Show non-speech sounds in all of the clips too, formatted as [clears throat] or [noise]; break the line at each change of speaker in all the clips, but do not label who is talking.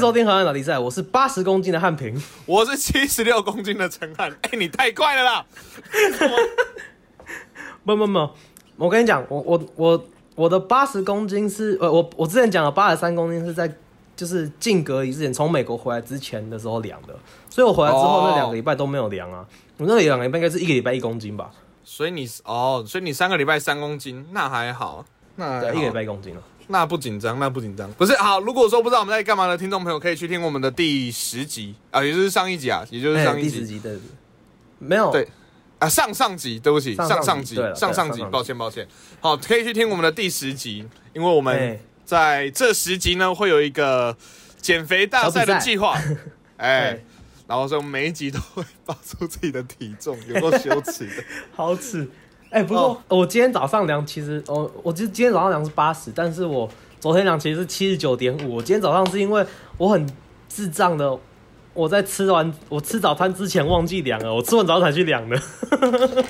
收听《河岸老弟赛》，我是八十公斤的汉平。
我是七十六公斤的陈汉， [laughs] 哎、你太快了啦！
不不不，我跟你讲，我我我我的八十公斤是呃我我之前讲的八十三公斤是在就是间隔之前从美国回来之前的时候量的，所以我回来之后
哦
那两个礼拜都没有量啊。我那两个礼拜应该是一个礼拜一公斤吧，
所以你哦，所以你三个礼拜三公斤，那还好，那
对，
还
一个礼
好，
拜一公斤啊。
那不紧张，那不紧张。不是好，如果说不知道我们在干嘛的听众朋友，可以去听我们的第十集啊，也就是上一集啊，也就是
哎，
上
第
一
十
集、
集对，没有
对啊，上上集，对不起，
上
上
上
上
集对了对
上上
上
集
上，集
抱歉抱歉。好，可以去听我们的第十集，因为我们
哎
在这十集呢会有一个减肥大赛的
小比赛
计 [laughs] 划，哎
对。
然后所以我们每一集都会报出自己的体重，有够羞耻的。
好吃。哎、不过、我今天早上量其实，哦，我其实今天早上量是八十，但是我昨天量其实是七十九点五。我今天早上是因为我很智障的，我在吃完我吃早餐之前忘记量了，我吃完早餐才去量的。
[laughs]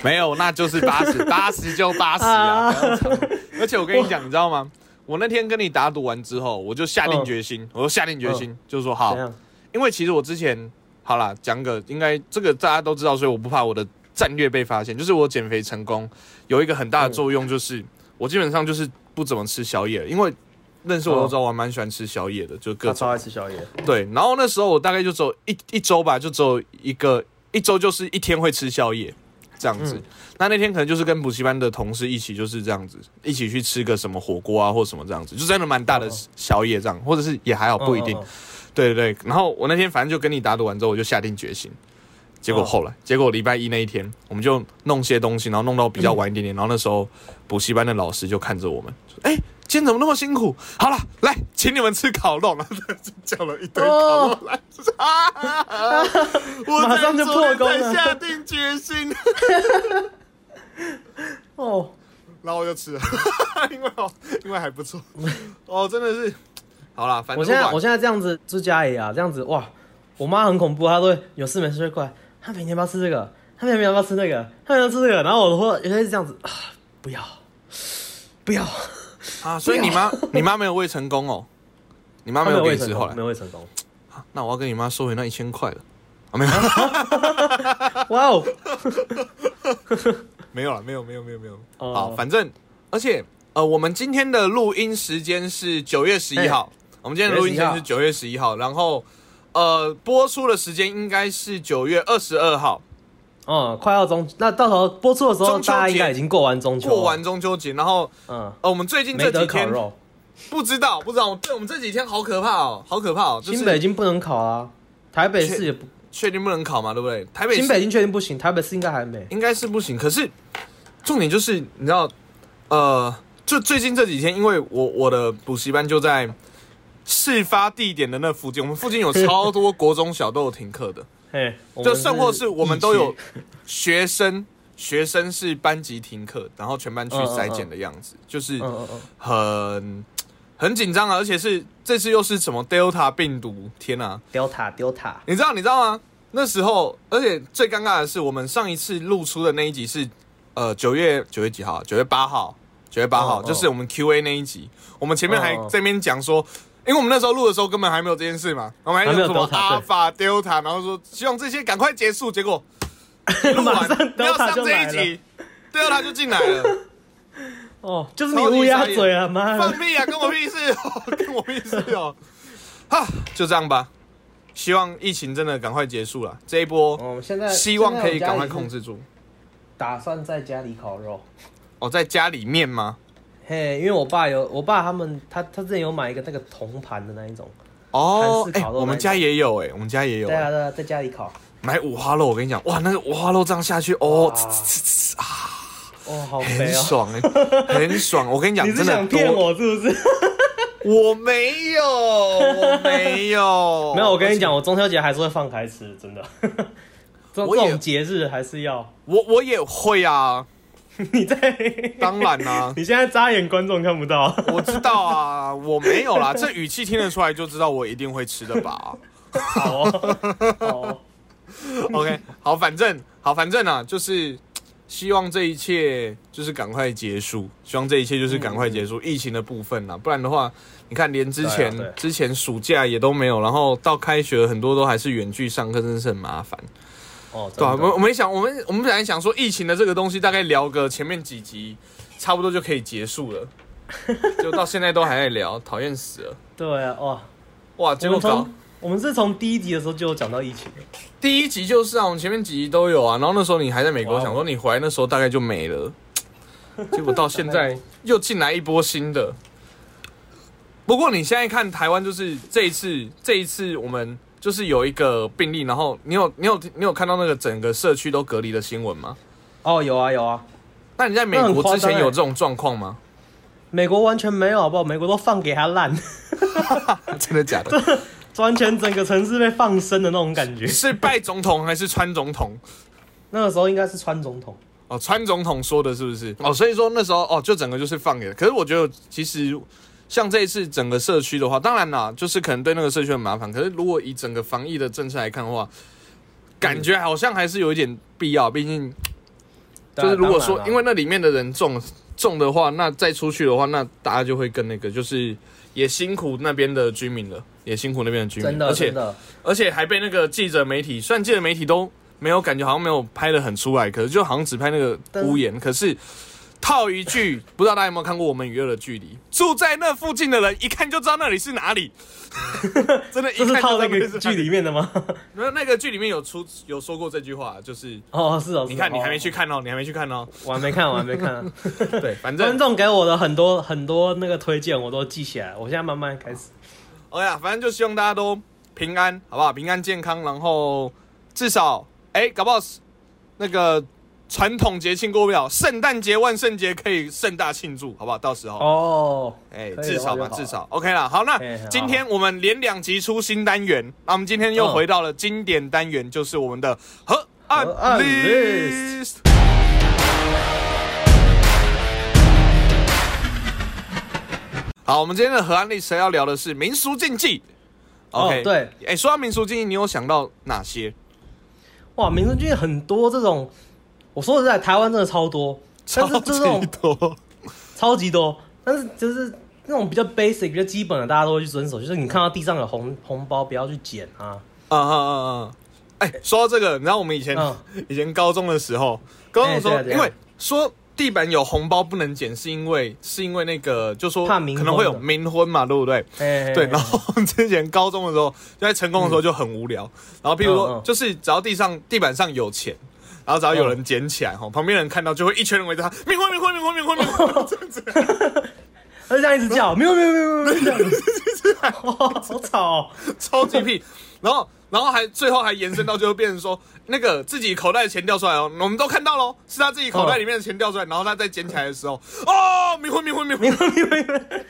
没有，那就是八 [laughs] 十，八十就八十啊！
啊
不要吵而且我跟你讲，你知道吗？我那天跟你打赌完之后，我就下定决心，我就下定决心，就说好
怎，样？
因为其实我之前好啦，讲个应该这个大家都知道，所以我不怕我的战略被发现。就是我减肥成功有一个很大的作用，就是、我基本上就是不怎么吃宵夜，因为认识我都知道，我还蛮喜欢吃宵夜的，就各
他
种。
超爱吃宵夜。
对，然后那时候我大概就只有一一周吧，就只有一个一周，就是一天会吃宵夜这样子。那那天可能就是跟补习班的同事一起，就是这样子，一起去吃个什么火锅啊，或什么这样子，就真的蛮大的
哦
宵夜这样，或者是也还好，不一定。
嗯嗯
对对对，然后我那天反正就跟你打赌完之后，我就下定决心。结果
哦
后来，结果礼拜一那一天，我们就弄些东西，然后弄到比较晚一点点。然后那时候补习班的老师就看着我们，说：“哎、今天怎么那么辛苦？好了，来，请你们吃烤肉。” [laughs] 然后他就叫了一堆烤肉来，就是啊啊啊！
[laughs]
啊我
哦马上就破功了
在昨天才下定决心，
嗯哦，
然后我就吃了， [laughs] 因为哦，因为还不错，哦，真的是，好啦，反正
我现
不
在
管
我现在这样子住家里啊，这样子哇，我妈很恐怖，她都会有事没事会过来，她每天要不要吃这个，她每天要不要吃那个，她每天要吃这个，然后我会有些是这样子啊，不要，不要，
啊，所以你妈你妈没有喂成功哦，你妈
她
没有给
喂
你
成
吃后来
功，没，有喂成功。
那我要跟你妈收回那一千块了。啊，没有，
哇哦，
没有了，没有，没有，没有，没有。
哦
好，反正，而且，呃，我们今天的录音时间是九月十一号，
哎
我们今天的录音时间是九月十一号，然后，呃，播出的时间应该是九月二十二号，
嗯，快要中，那到时候播出的时候，
中秋节
大家应该已经过完中秋了，
过完中秋节，然后，
嗯，
呃，我们最近
没
这几
得烤
天
肉，
不知道，不知道，对我们这几天好可怕哦，好可怕哦，就
新北已
是
经不能烤啦、台北市也不，
确定不能考嘛，对不对？台北
新
市
北已经确定不行，台北市应该还没。
应该是不行。可是重点就是，你知道，呃，就最近这几天，因为我我的补习班就在事发地点的那附近，我们附近有超多国中小都有停课的，
嘿，我们
就是甚或是我们都有
疫区
学生。学生是班级停课，然后全班去
嗯嗯
筛检的样子，就是
嗯嗯嗯，
很很紧张啊！而且是这次又是什么 Delta 病毒，天啊！
丢塔丢塔，
你知道，你知道吗？那时候，而且最尴尬的是，我们上一次露出的那一集是，呃，九月九月几号？九月八号，九月八号，
哦
就是我们 Q A 那一集。我们前面还
哦哦
这边讲说，因为我们那时候录的时候根本还没有这件事嘛，我们还
还没
讲
有
什么
Delta，
阿法、Delta，然后说希望这些赶快结束。结果
[laughs]
录
马
完
上
要上
Delta 就
这
来
一
了，
集，Delta 就进来了。
[laughs] 哦，就是你乌鸦嘴啊，妈
放
的，
屁啊，跟我屁事哦， [laughs] 跟我屁事哦。哈，就这样吧。希望疫情真的赶快结束了，这一波。
哦我们现在
希望可以赶快控，
现在我家里
制住。
是打算在家里烤肉。
哦，在家里面吗？
嘿，因为我爸有，我爸他们，他他之前有买一个那个铜盘的那一种，
哦，
韩式
哎、
烤肉那一种
我们家也有哎、我们家也有、
对啊
哎
对啊，在家里烤，
买五花肉，我跟你讲，哇，那个五花肉这样下去，哦
哇，
呲呲呲呲啊
哦，好
很
肥哦。
爽哎、
[laughs]
很爽。我跟你讲，
你是
真的
想骗
多，
我是不是？
我没有，我没
[laughs] ，没
有哦
有，我跟你讲，我中秋节还是会放开吃，真的。 [laughs] 这
我
这
也
种节日还是要。 [laughs]
我我也会啊，
你在，
当然啦、
你现在眨眼，观众看不到。
我知道啊，我没有啦，这语气听得出来就知道我一定会吃的吧。
好哦，好哦，
OK，好，反正好，反正啊，就是希望这一切就是赶快结束，希望这一切就是赶快结束、疫情的部分啊啦，不然的话，你看连之前、
嗯对啊对
之前暑假也都没有，然后到开学很多都还是远距上课，真的是很麻烦。
哦，
对啊，我
真的
们我们也想，我们我们本来想说疫情的这个东西，大概聊个前面几集，差不多就可以结束了，就到现在都还在聊，讨厌死了！
对啊，哇，
哇，结
我
果
们
搞
从我们是从第一集的时候就有讲到疫情了，
第一集就是啊，我们前面几集都有啊，然后那时候你还在美国，
哇哦
想说你回来那时候大概就没
[laughs]
了，结果到现在又进来一波新的。不过你现在看台湾，就是这一次，这一次我们就是有一个病例，然后你有你有你有看到那个整个社区都隔离的新闻吗？
哦，有啊有啊，
那你在美
那很
国
夸
之
张
前
欸
有这种状
[laughs]
况吗？
美国完全没有好不好？美国都放给他烂， [laughs]
真的假的？
完全整个城市被放生的那种感觉。
是拜总统还是川总统？
那个时候应该是川总统，
哦，川总统说的是不是？哦，所以说那时候哦，就整个就是放给。可是我觉得其实像这一次整个社区的话，当然啦，就是可能对那个社区很麻烦。可是如果以整个防疫的政策来看的话，感觉好像还是有一点必要。毕竟
对
就
啊
是如果说
当然啊
因为那里面的人中中的话，那再出去的话，那大家就会更那个，就是也辛苦那边的居民了，也辛苦那边的居民，
真的
而且
真的
而且还被那个记者媒体，虽然记者媒体都没有感觉，好像没有拍的很出来，可是就好像只拍那个屋檐。可是套一句，不知道大家有没有看过《我们与恶的距离》？住在那附近的人一看就知道那里是
[laughs]
哪里，真的，一
这是
看就知
套
道
那
里
个
是哪
剧里。面的吗？
没有那个剧里面有出有说过这句话，就是
哦，是哦，
你看
是哦
你还没去，看哦，你还没去看
[laughs]
哦。
我还没看，我还没看。啊
对，反正
观众给我的很多很多那个推荐我都记起来，我现在慢慢开始。
哎呀，反正就希望大家都平安，好不好？平安健康，然后至少，哎、搞不好是那个传统节庆过不了，圣诞节、万圣节可以盛大庆祝，好不好？到时候，
哦，
哎、
可以
至少
的
吧
话，就好
至少 OK 啦。好，那
哎好
今天我们连两集出新单元，啊那我们今天又
嗯
回到了经典单元，就是我们的河岸
河岸
list。好，我们今天的河岸历史要聊的是民俗禁忌。
哦
OK，、
对，
哎、说到民俗禁忌，你有想到哪些？
哇，民生剧很多这种，我说实在，台湾真的超多，但是就这种
多，
超级多，但是就是那种比较 basic、比较基本的，大家都会去遵守。就是你看到地上有红红包，不要去捡啊。
啊啊啊啊！哎、说到这个，你知道我们以前、
嗯
[laughs] 以前高中的时候，高中的时候，
哎对啊对啊
因为说地板有红包不能捡，是因为是因为那个就说
怕冥婚
可能会有冥婚嘛，对不对？
哎、
对，然后之前高中的时候，就在成功的时候就很无聊。然后譬如
嗯
说，
嗯
就是只要地上地板上有钱，然后只要有人捡起来，哈、旁边人看到就会一圈人围着他，冥婚冥婚冥婚冥婚冥婚，这样子。
他就这样一直叫，没有没有没有没有，这样子哇，好吵、哦。
超级屁。然后，然后还最后还延伸到最后变成说，那个自己口袋的钱掉出来哦，我们都看到喽，是他自己口袋里面的钱掉出来，然后他再捡起来的时候，哦，冥婚冥婚冥
你
婚，
们你们你们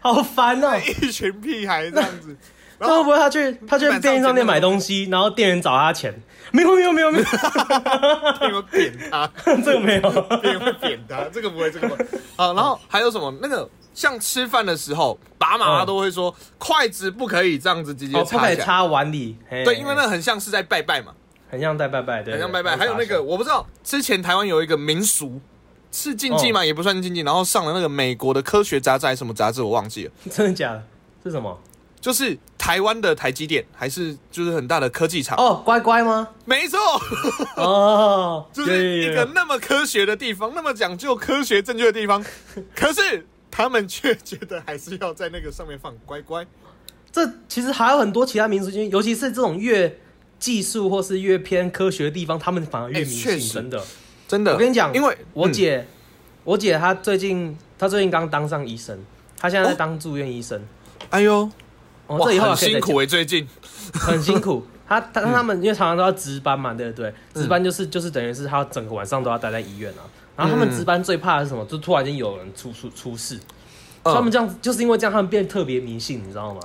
好烦哦、
一群屁孩这样子。然
那会
后
不会他去他去便利商店买东西，然后店员找他钱？没有没有没有没有，
别人会扁他，
[laughs] 这个没有。
别人会扁他，这个不会，这个不会。好，然后还有什么那个？像吃饭的时候，爸妈
嗯
都会说、筷子不可以这样子直接
哦，不
插
可以
起来，
插碗里。嘿
对，因为那很像是在拜拜嘛。
很像在拜拜，对，
很像
对
拜拜。还有那个，，我不知道之前台湾有一个民俗是禁忌嘛，也不算禁忌，然后上了那个美国的科学杂志还是什么杂志，我忘记了。
真的假的？是什么？
就是台湾的台积电，还是就是很大的科技厂，
哦，乖乖吗？
没错，
[laughs] 哦，
就是一
有有
个
有
那么科学的地方，那么讲究科学证据的 [laughs] 地方，可是他们却觉得还是要在那个上面放乖乖。
这其实还有很多其他民俗经，尤其是这种越技术或是越偏科学的地方，他们反而越
哎
迷
确
信。
实
真的，
真的，
我跟你讲
因为
我
嗯
姐，我姐她最近她最近刚当上医生，她现在在
哦
当住院医生。
哎呦，
哦，
哇，
这以后还
很
可以再
辛
讲
苦哎，最近
很辛苦。 [laughs] 他他他们因为常常都要值班嘛，对不对？值班就是就是等于是他整个晚上都要待在医院啊。然后他们值班最怕的是什么？就突然间有人出出出事，嗯所以
嗯
他们这样子就是因为这样，他们变得特别迷信，你知道吗？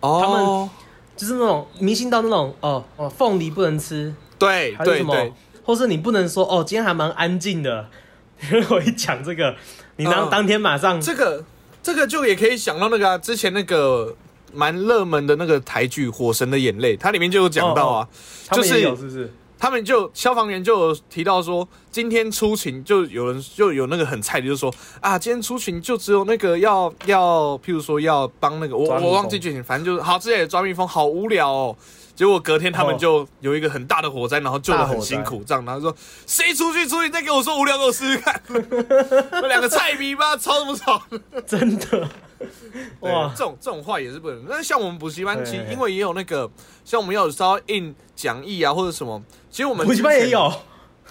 他们
哦，
就是那种迷信到那种哦哦，凤梨不能吃，
对
还是
对
什么
对，，
或是你不能说哦，今天还蛮安静的。 [laughs] 如果一讲这个，你当、
嗯
当天马 [laughs] 上
这个这个就也可以想到那个啊，之前那个蛮热门的那个台剧《火神的眼泪》，它里面就有讲到啊，
他们
就是
也有是不是？
他们就消防员就有提到说，今天出勤就有人就有那个很菜的，就说啊，今天出勤就只有那个要要，譬如说要帮那个我
抓蜜蜂
我忘记剧情，反正就是好之类的抓蜜蜂，好无聊哦。结果隔天他们就有一个很大的火灾，然后救的很辛苦，这样，然后说谁出去出去，再给我说无聊，给我试试看。 [laughs] 那两个菜逼吧，吵什么吵？
真的，
哇，
哇
这，种这种话也是不能。那像我们补习班，
对
其实因为也有那个，像我们有稍微印讲义啊，或者什么，其实我们
补习班也有， [laughs] 啊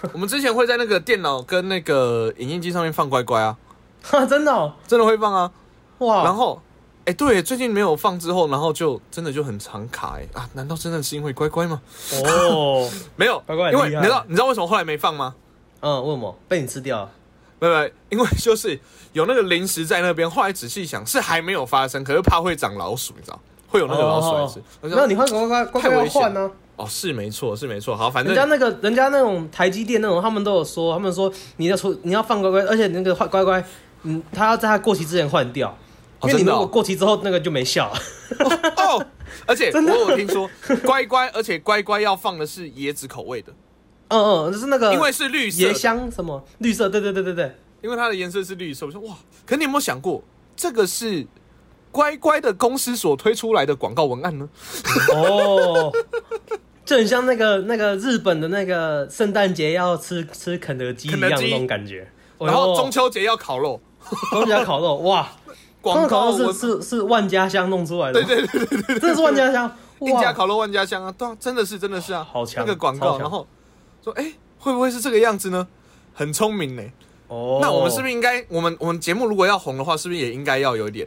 之前，我们之前会在那个电脑跟那个影印机上面放乖乖啊，
哈，真的哦、
真的会放啊。
哇，
然后，哎、对，最近没有放之后，然后就真的就很常卡哎、啊，难道真的是因为乖乖吗？
哦，
没有，
乖乖很
因为
厉
你
害
知道你知道为什么后来没放吗？
嗯，为什么被你吃掉了？
没有，没有因为就是有那个零食在那边，后来仔细想是还没有发生，可是怕会长老鼠，你知道，会有那
哦
个老鼠来吃。我
没
想
有，你换乖乖乖乖
太
要
危险
换呢、啊
哦，是没错，是没错。好，反
人家
正
那个，人家那种台积电那种，他们都有说，他们说你要出，你要放乖乖，而且那个换乖乖，嗯，他要在他过期之前换掉，因
哦
为你
真的
如
哦
果过期之后，那个就没效了。
哦，而且我有听说乖乖，而且乖乖要放的是椰子口味的，
嗯嗯，就是那个
因为是绿色
椰
的，
香什么绿色，对对对对
[laughs]
对，
因为它的颜色是绿色。我说哇，可你有没有想过，这个是乖乖的公司所推出来的广告文案呢？
哦，就很像那个那个日本的那个圣诞节要吃吃肯德基一样
肯德基
那种感觉，哎
然后中
秋
秋节要烤肉，
中秋要烤肉，哇，中
广
秋烤
告
肉
文
是是是万家香弄出来的，对对对对对，真的是万家
[laughs]
香，
一家
哇，
烤肉万家香啊，对啊，真的是真的是啊，
好强
那个广
超
告，
强
然后说哎、会不会是这个样子呢？很聪明呢、
哦，
那我们是不是应该，我们我们节目如果要红的话，是不是也应该要有一点？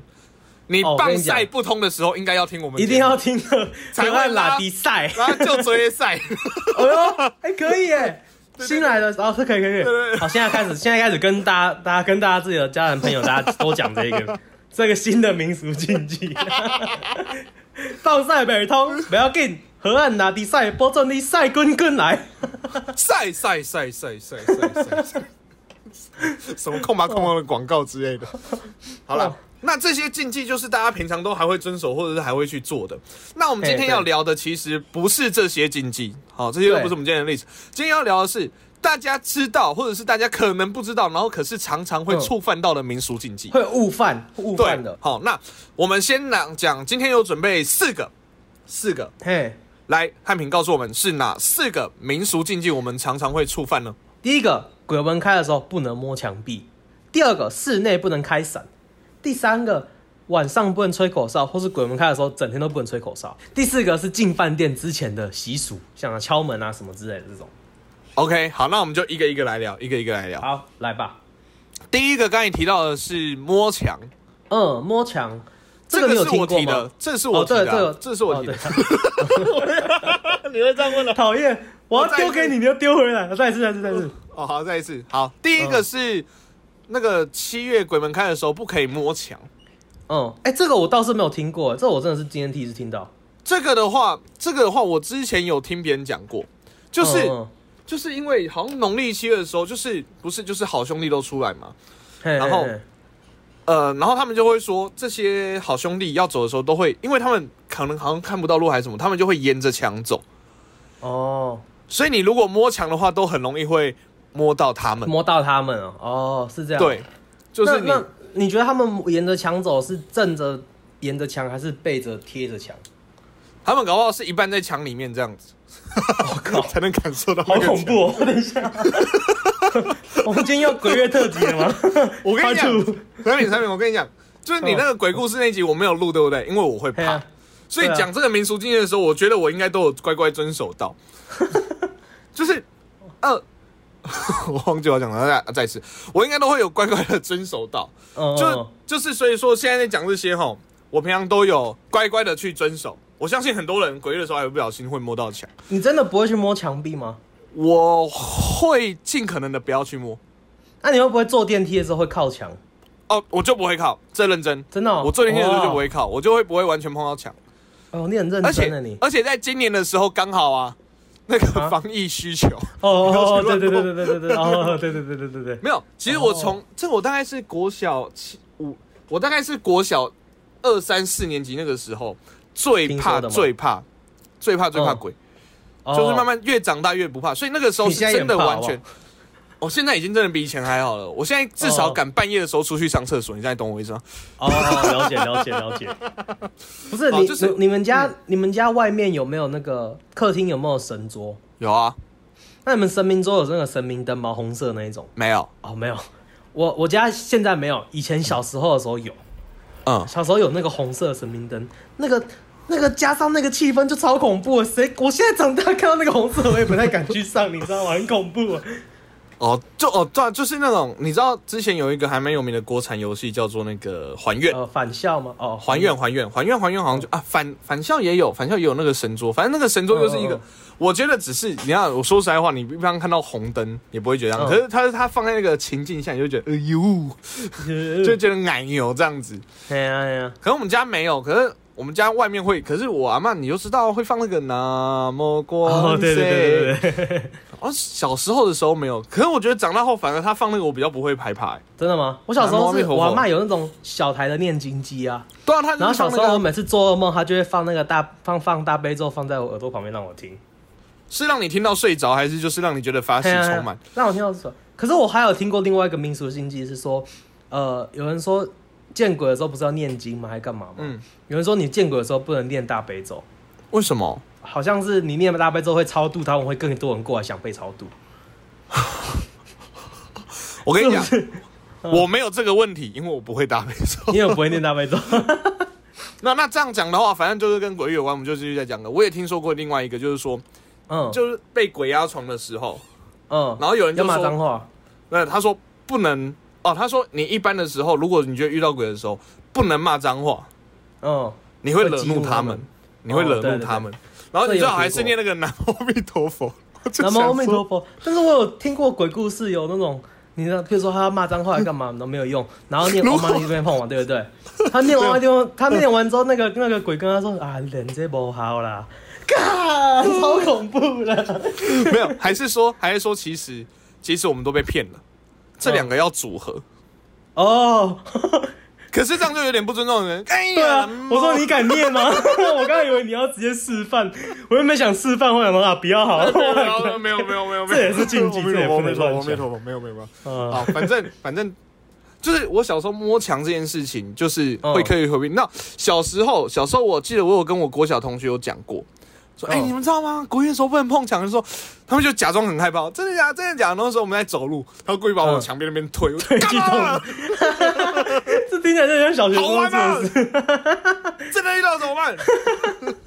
你
哦我跟
棒
你讲
赛不通的时候，应该要听我们
一定
节目，
要听的
才
台
会
湾
拉
拉比赛？
然后就追赛。
[laughs] 哎呦，还可以耶！新来的，哦，是可以可以可以。
对对
好，现在开始，现在开始跟大家、大家跟大家自己的家人朋友，大家都讲这个这个新的民俗禁忌。 [laughs] 放赛北通，不要紧，河岸拿比赛，保证你赛滚滚来。
[laughs] 赛赛赛赛赛赛赛赛，什么空吧空吧的广告之类的。好
哦
了，那这些禁忌就是大家平常都还会遵守，或者是还会去做的。那我们今
嘿
天
对
要聊的其实不是这些禁忌，好，这些都
对
不是我们今天的例子。今天要聊的是大家知道，或者是大家可能不知道，然后可是常常会
嗯
触犯到的民俗禁忌。
会误犯，误
对
犯的。
好，那我们先讲讲，今天有准备四个，四个
嘿，
来，汉平告诉我们是哪四个民俗禁忌，我们常常会触犯呢？
第一个，鬼门开的时候不能摸墙壁；第二个，室内不能开伞；第三个，晚上不能吹口哨，或是鬼门开的时候整天都不能吹口哨；第四个是进饭店之前的习俗，像敲门啊什么之类的这种。
OK，好，那我们就一个一个来聊，一个一个来聊。
好，来吧。
第一个刚才提到的是摸墙，
嗯，摸墙，这个你
个
有
是
听过
我提
吗
的？，这是
哦，
我提
对，
的
这
啊，
个哦
这是我提的。
[laughs] 你会这样问了？讨厌，我要丢给你，你又丢回来。再一次，再一次，再一次。
哦，好，再一次。好，第一个是那个七月鬼门开的时候不可以摸墙。
嗯，哎、这个我倒是没有听过，这我真的是今天第一次听到。
这个的话，这个的话，我之前有听别人讲过，就是
嗯
就是因为好像农历七月的时候，就是不是就是好兄弟都出来嘛，
嗯、
然后
嘿嘿嘿
呃，然后他们就会说，这些好兄弟要走的时候，都会因为他们可能好像看不到路还是什么，他们就会沿着墙走，
哦，
所以你如果摸墙的话，都很容易会摸到他们。
摸到他们了。哦，是这样。
对，就是你
那那你觉得他们沿着墙走是正着沿着墙，还是背着贴着墙？
他们搞不好是一半在墙里面
[laughs]
这样子，我靠，才能感受到。
好恐！怖、哦！等一下，我们今天要鬼月特辑了吗？
我跟
Part
你讲
two，
产品产品，我跟你讲，就是你那个鬼故事那集我没有录，对不对？因为我会
嘿
怕
啊，
所以
对啊
讲这个民俗经验的时候，我觉得我应该都有乖乖遵守
[laughs]
到，就是呃， [laughs] 我忘记我讲了，再再一次，我应该都会有乖乖的遵守到。
嗯，
就
嗯
就是所以说现在在讲这些吼，我平常都有乖乖的去遵守。我相信很多人鬼月的时候还不小心会摸到墙，
你真的不会去摸墙壁吗？
我会尽可能的不要去摸。
那、你会不会坐电梯的时候会靠墙？
哦，我就不会靠，这认真。
真的哦、
我坐电梯的时候就不
哇
会靠，我就会不会完全碰到墙。
哦，你很认
而
真的
且
你。
而且在今年的时候刚好啊，那个
啊
防疫需求、
哦哦哦，
你告诉我
对对对对对对对，哦对对对对对对对，
没有。其实我从、
哦
这我大概是国小七五，我大概是国小二三四年级那个时候最
听说
怕
的吗
最怕最怕最怕
嗯
鬼，
哦
就是慢慢越长大越不怕，所以那个时
[laughs]
候
你
是
现在也
真的
怕
完
好不
全
好。
我现在已经真的比以前还好了，我现在至少
哦
敢半夜的时候出去上厕所，你现在懂我意思吗？
哦，了解了解了解。 [laughs] 不是
哦
你
就是
你你们家你们家外面有没有那个客厅有没有神桌？
有啊，
那你们神明桌有那个神明灯吗？红色那一种？
没有，
哦，没有，我我家现在没有，以前小时候的时候有，
嗯，
小时候有那个红色的神明灯，那个那个加上那个气氛就超恐怖了。谁？我现在长大看到那个红色，我也不太敢去上，你知道吗？很恐怖。啊
哦，就哦，对啊，就是那种你知道之前有一个还蛮有名的国产游戏叫做那个《还愿》，
呃，返校吗？哦，
还愿还愿还愿还愿好像就啊反反校也有反校也有那个神桌，反正那个神桌就是一个，
嗯嗯
我觉得只是你看我说实在话，你一般看到红灯也不会觉得这
嗯
样，
呃
可是它它放在那个情境下，你就觉得哎呦，就
就
觉得矮牛这样子。
[laughs] 哎呀哎呀，
可是我们家没有，可是我们家外面会，可是我阿嬷你就知道会放那个南么光
哦，对对对对对，
哦，小时候的时候没有，可是我觉得长大后反而他放那个我比较不会排排。
真的吗？我小时候
南无阿弥
是
陀
我
佛
阿嬷有那种小台的念经机啊，
对啊，他
然后小时候我
放那个
每次做噩梦，她就会放那个大放放大悲咒放在我耳朵旁边让我听，
是让你听到睡着，还是就是让你觉得发喜
嘿啊
充满？，
让我听到是什么？可是我还有听过另外一个民俗禁忌是说，呃，有人说见鬼的时候不是要念经吗？还干嘛吗？
嗯
有人说你见鬼的时候不能念大悲咒，
为什么？
好像是你念大悲咒会超度他们，会更多人过来想被超度。
我跟你讲，
是不是
[laughs] 我没有这个问题，因为我不会搭配手。
因为我不会念大悲
[laughs]
咒。
那那这样讲的话，反正就是跟鬼有关，我们就继续再讲了。我也听说过另外一个，就是说，
嗯，
就是被鬼压床的时候，
嗯，
然后有人就
要骂脏
说，
话。
那他说不能哦，他说你一般的时候，如果你觉得遇到鬼的时候，不能骂脏话，
嗯，
你会惹
会激
怒
怒
他
他
们
们，
你会惹
哦对
怒
对
他
对
们。然后你最好
这有听
还是
过
念那个南无阿弥陀佛。我就
南无阿弥
想说
陀佛。但是我有听过鬼故事，有那种。你知道，譬如说他要骂脏话来干嘛，都没有用，然后念
如
“
果
欧玛尼这边碰我”，对不对？他念完就他念完之后，那个那个鬼跟他说：“啊，人这不好啦，嘎，
嗯
超恐怖了。
没有，还是说，还是说，其实，其实我们都被骗了。这两个要组合，”
哦，
可是这样就有点不尊重人。哎
对
呀
啊，，我说你敢念吗？ [laughs] 我刚才以为你要直接示范，我原本想示范，我想说啊，不要好了。
没有没有没有，
这也是禁
[laughs]
忌
没有
这也不
没
能
有
乱讲
没有没有没有没有。
啊，
好，反 [laughs] 正反正就是我小时候摸墙这件事情，就是会刻意回避。那小时候，小时候我记得我有跟我国小同学有讲过，说：“哎、
嗯
你们知道吗？国乐时候不能碰墙的时候，他们就假装很害怕，真的假的真的假的。”那时候我们在走路，他故意把我往
嗯
墙边那边 [laughs] 推，我就
对
干嘛？
这听起来就像小学
好
生
玩
做
吗 [laughs]
的事，？
真的遇到怎么办？ [laughs]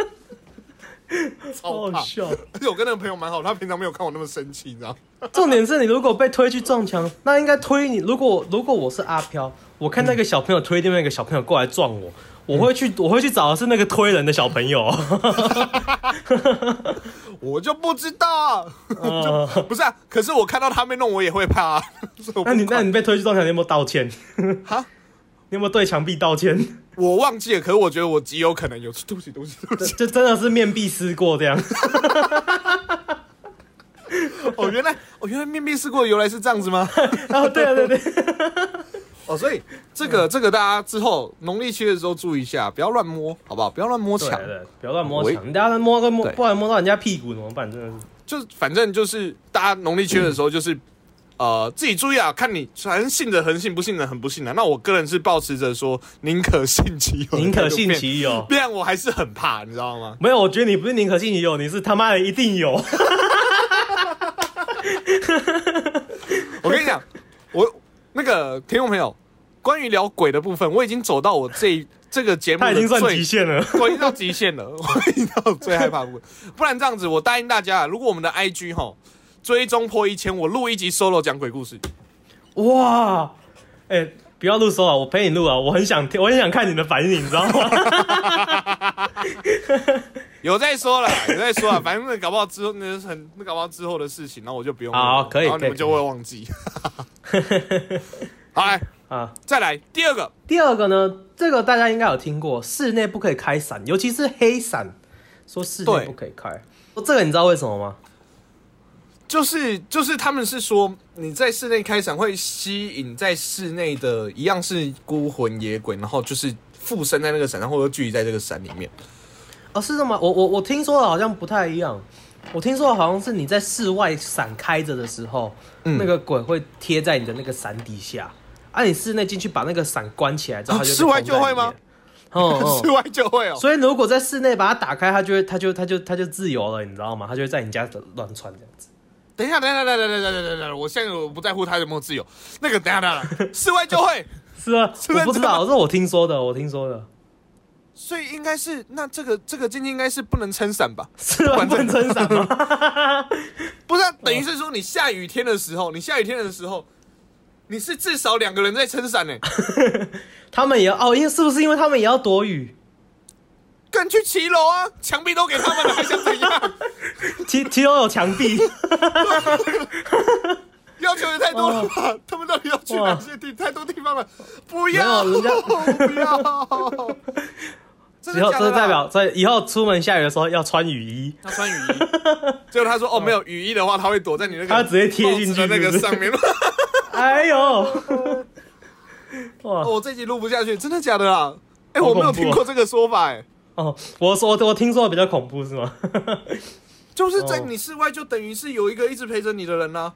超
好
啊怕
好！笑。
[laughs] 而且我跟那个朋友蛮好，他平常没有看我那么生气，你知道吗？
重点是你如果被推去撞墙，那应该推你。如果如果我是阿飘，我看那个小朋友推另外一个小朋友过来撞我，我会去我会去找的是那个推人的小朋友。
我就不知道 [laughs] 啊，
呃
不是啊。可是我看到他被弄，我也会怕、 [laughs] 啊。所以我
[laughs]
不
那你那
管
你被推去撞墙，你有没有道歉？
哈，
你有没有对墙壁道歉？
我忘记了，可是我觉得我极有可能有 [laughs] 对不起，对不起，对不
这
起。
这真的是面壁思过这 [laughs] 样。
哦，原来哦，原来面壁思过的由来是这样子吗？
[laughs] 哦，对啊对对，对
哦，所以这个
嗯
这个大家之后农历七月的时候注意一下，不要乱摸，好不好？不要乱摸
对
墙，
对，不要乱摸
我
墙，你大家摸个摸
对，
不然摸到人家屁股怎么办？真的是。
就反正就是大家农历七月的时候就是。
[clears throat]
呃，自己注意啊，看你反正信者恒信，不信者很不信啊。那我个人是保持着说，宁可信其有，
宁可信其有
不然我还是很怕，你知道吗？
没有，我觉得你不是宁可信其有，你是他妈的一定 [laughs] 有。
我跟你讲，我那个听众朋友，关于聊鬼的部分，我已经走到我这一这个节目
他
的
已经算
最
极限了。
我已经到极限了，
[laughs]
我已经到最害怕的部分。不然这样子，我答应大家，如果我们的 IG 哈追踪破一千，我录一集 solo 讲鬼故事。
哇，哎、不要录收啊，我陪你录啊，我很想听，我很想看你的反应，你知道
[laughs]
吗？
有在说了，有在
[laughs]
说了，反正那搞不好之后那是很那搞不好之后的事情，然后我就不用
好
录了
啊可以
然后你
可
们
以
就会忘记。 [laughs] 好来，
啊，
再来第二个，
第二个呢，这个大家应该有听过，室内不可以开伞，尤其是黑伞，说室
对
内不可以开。哦这个你知道为什么吗？
就是就是他们是说你在室内开伞会吸引在室内的一样是孤魂野鬼，然后就是附身在那个伞上，或者聚集在这个伞里面。
哦，是的吗？我我我听说的好像不太一样。我听说好像是你在室外伞开着的时候，
嗯
那个鬼会贴在你的那个伞底下。啊，你室内进去把那个伞关起来之后，它就
室外就会吗？
哦
室
哦，
外就会哦。
所以如果在室内把它打开，它就会，它就，它就，它就自由了，你知道吗？它就会在你家乱窜这样子。
等一下，等一下，等一下，等一下，等一下等一下，我现在我不在乎他有没有自由。那个，等一下，等一下等一下，室外就会，
是啊，
外
我不知道，这是我听说的，我听说的。
所以应该是那这个这个禁忌应该是不能撑伞吧？
是啊，
管这
[laughs] 不能撑伞吗？
不是、啊，等于是说你下雨天的时候，你下雨天的时候，你是至少两个人在撑伞呢。
他们也要哦，因为是不是因为他们也要躲雨？
敢去骑楼啊，墙壁都给他们了，还想怎样？
其其中有墙 [laughs] 壁，
要求也太多了吧？
哦
他们到底要去
哇
哪些地太多地方了？不要，
哦没有人家
[laughs] 不要。真
以
的
后这啊
假的
是
啦
代表所以以后出门下雨的时候要穿雨衣。
要穿雨 [laughs] 衣，结果他说哦没有雨衣的话，他会躲在你那个
他直接贴进去
帽子的那
是
个
不是 [laughs]
上面。
哎呦， [laughs] 哇
哦，我这集录不下去，真的假的啦？哎，
好
我
恐怖哦
没有听过这个说法，哎，
哦，我说我听说的比较恐怖是吗？ [laughs]
就是在
哦
你室外就等于是有一个一直陪着你的人啊啦。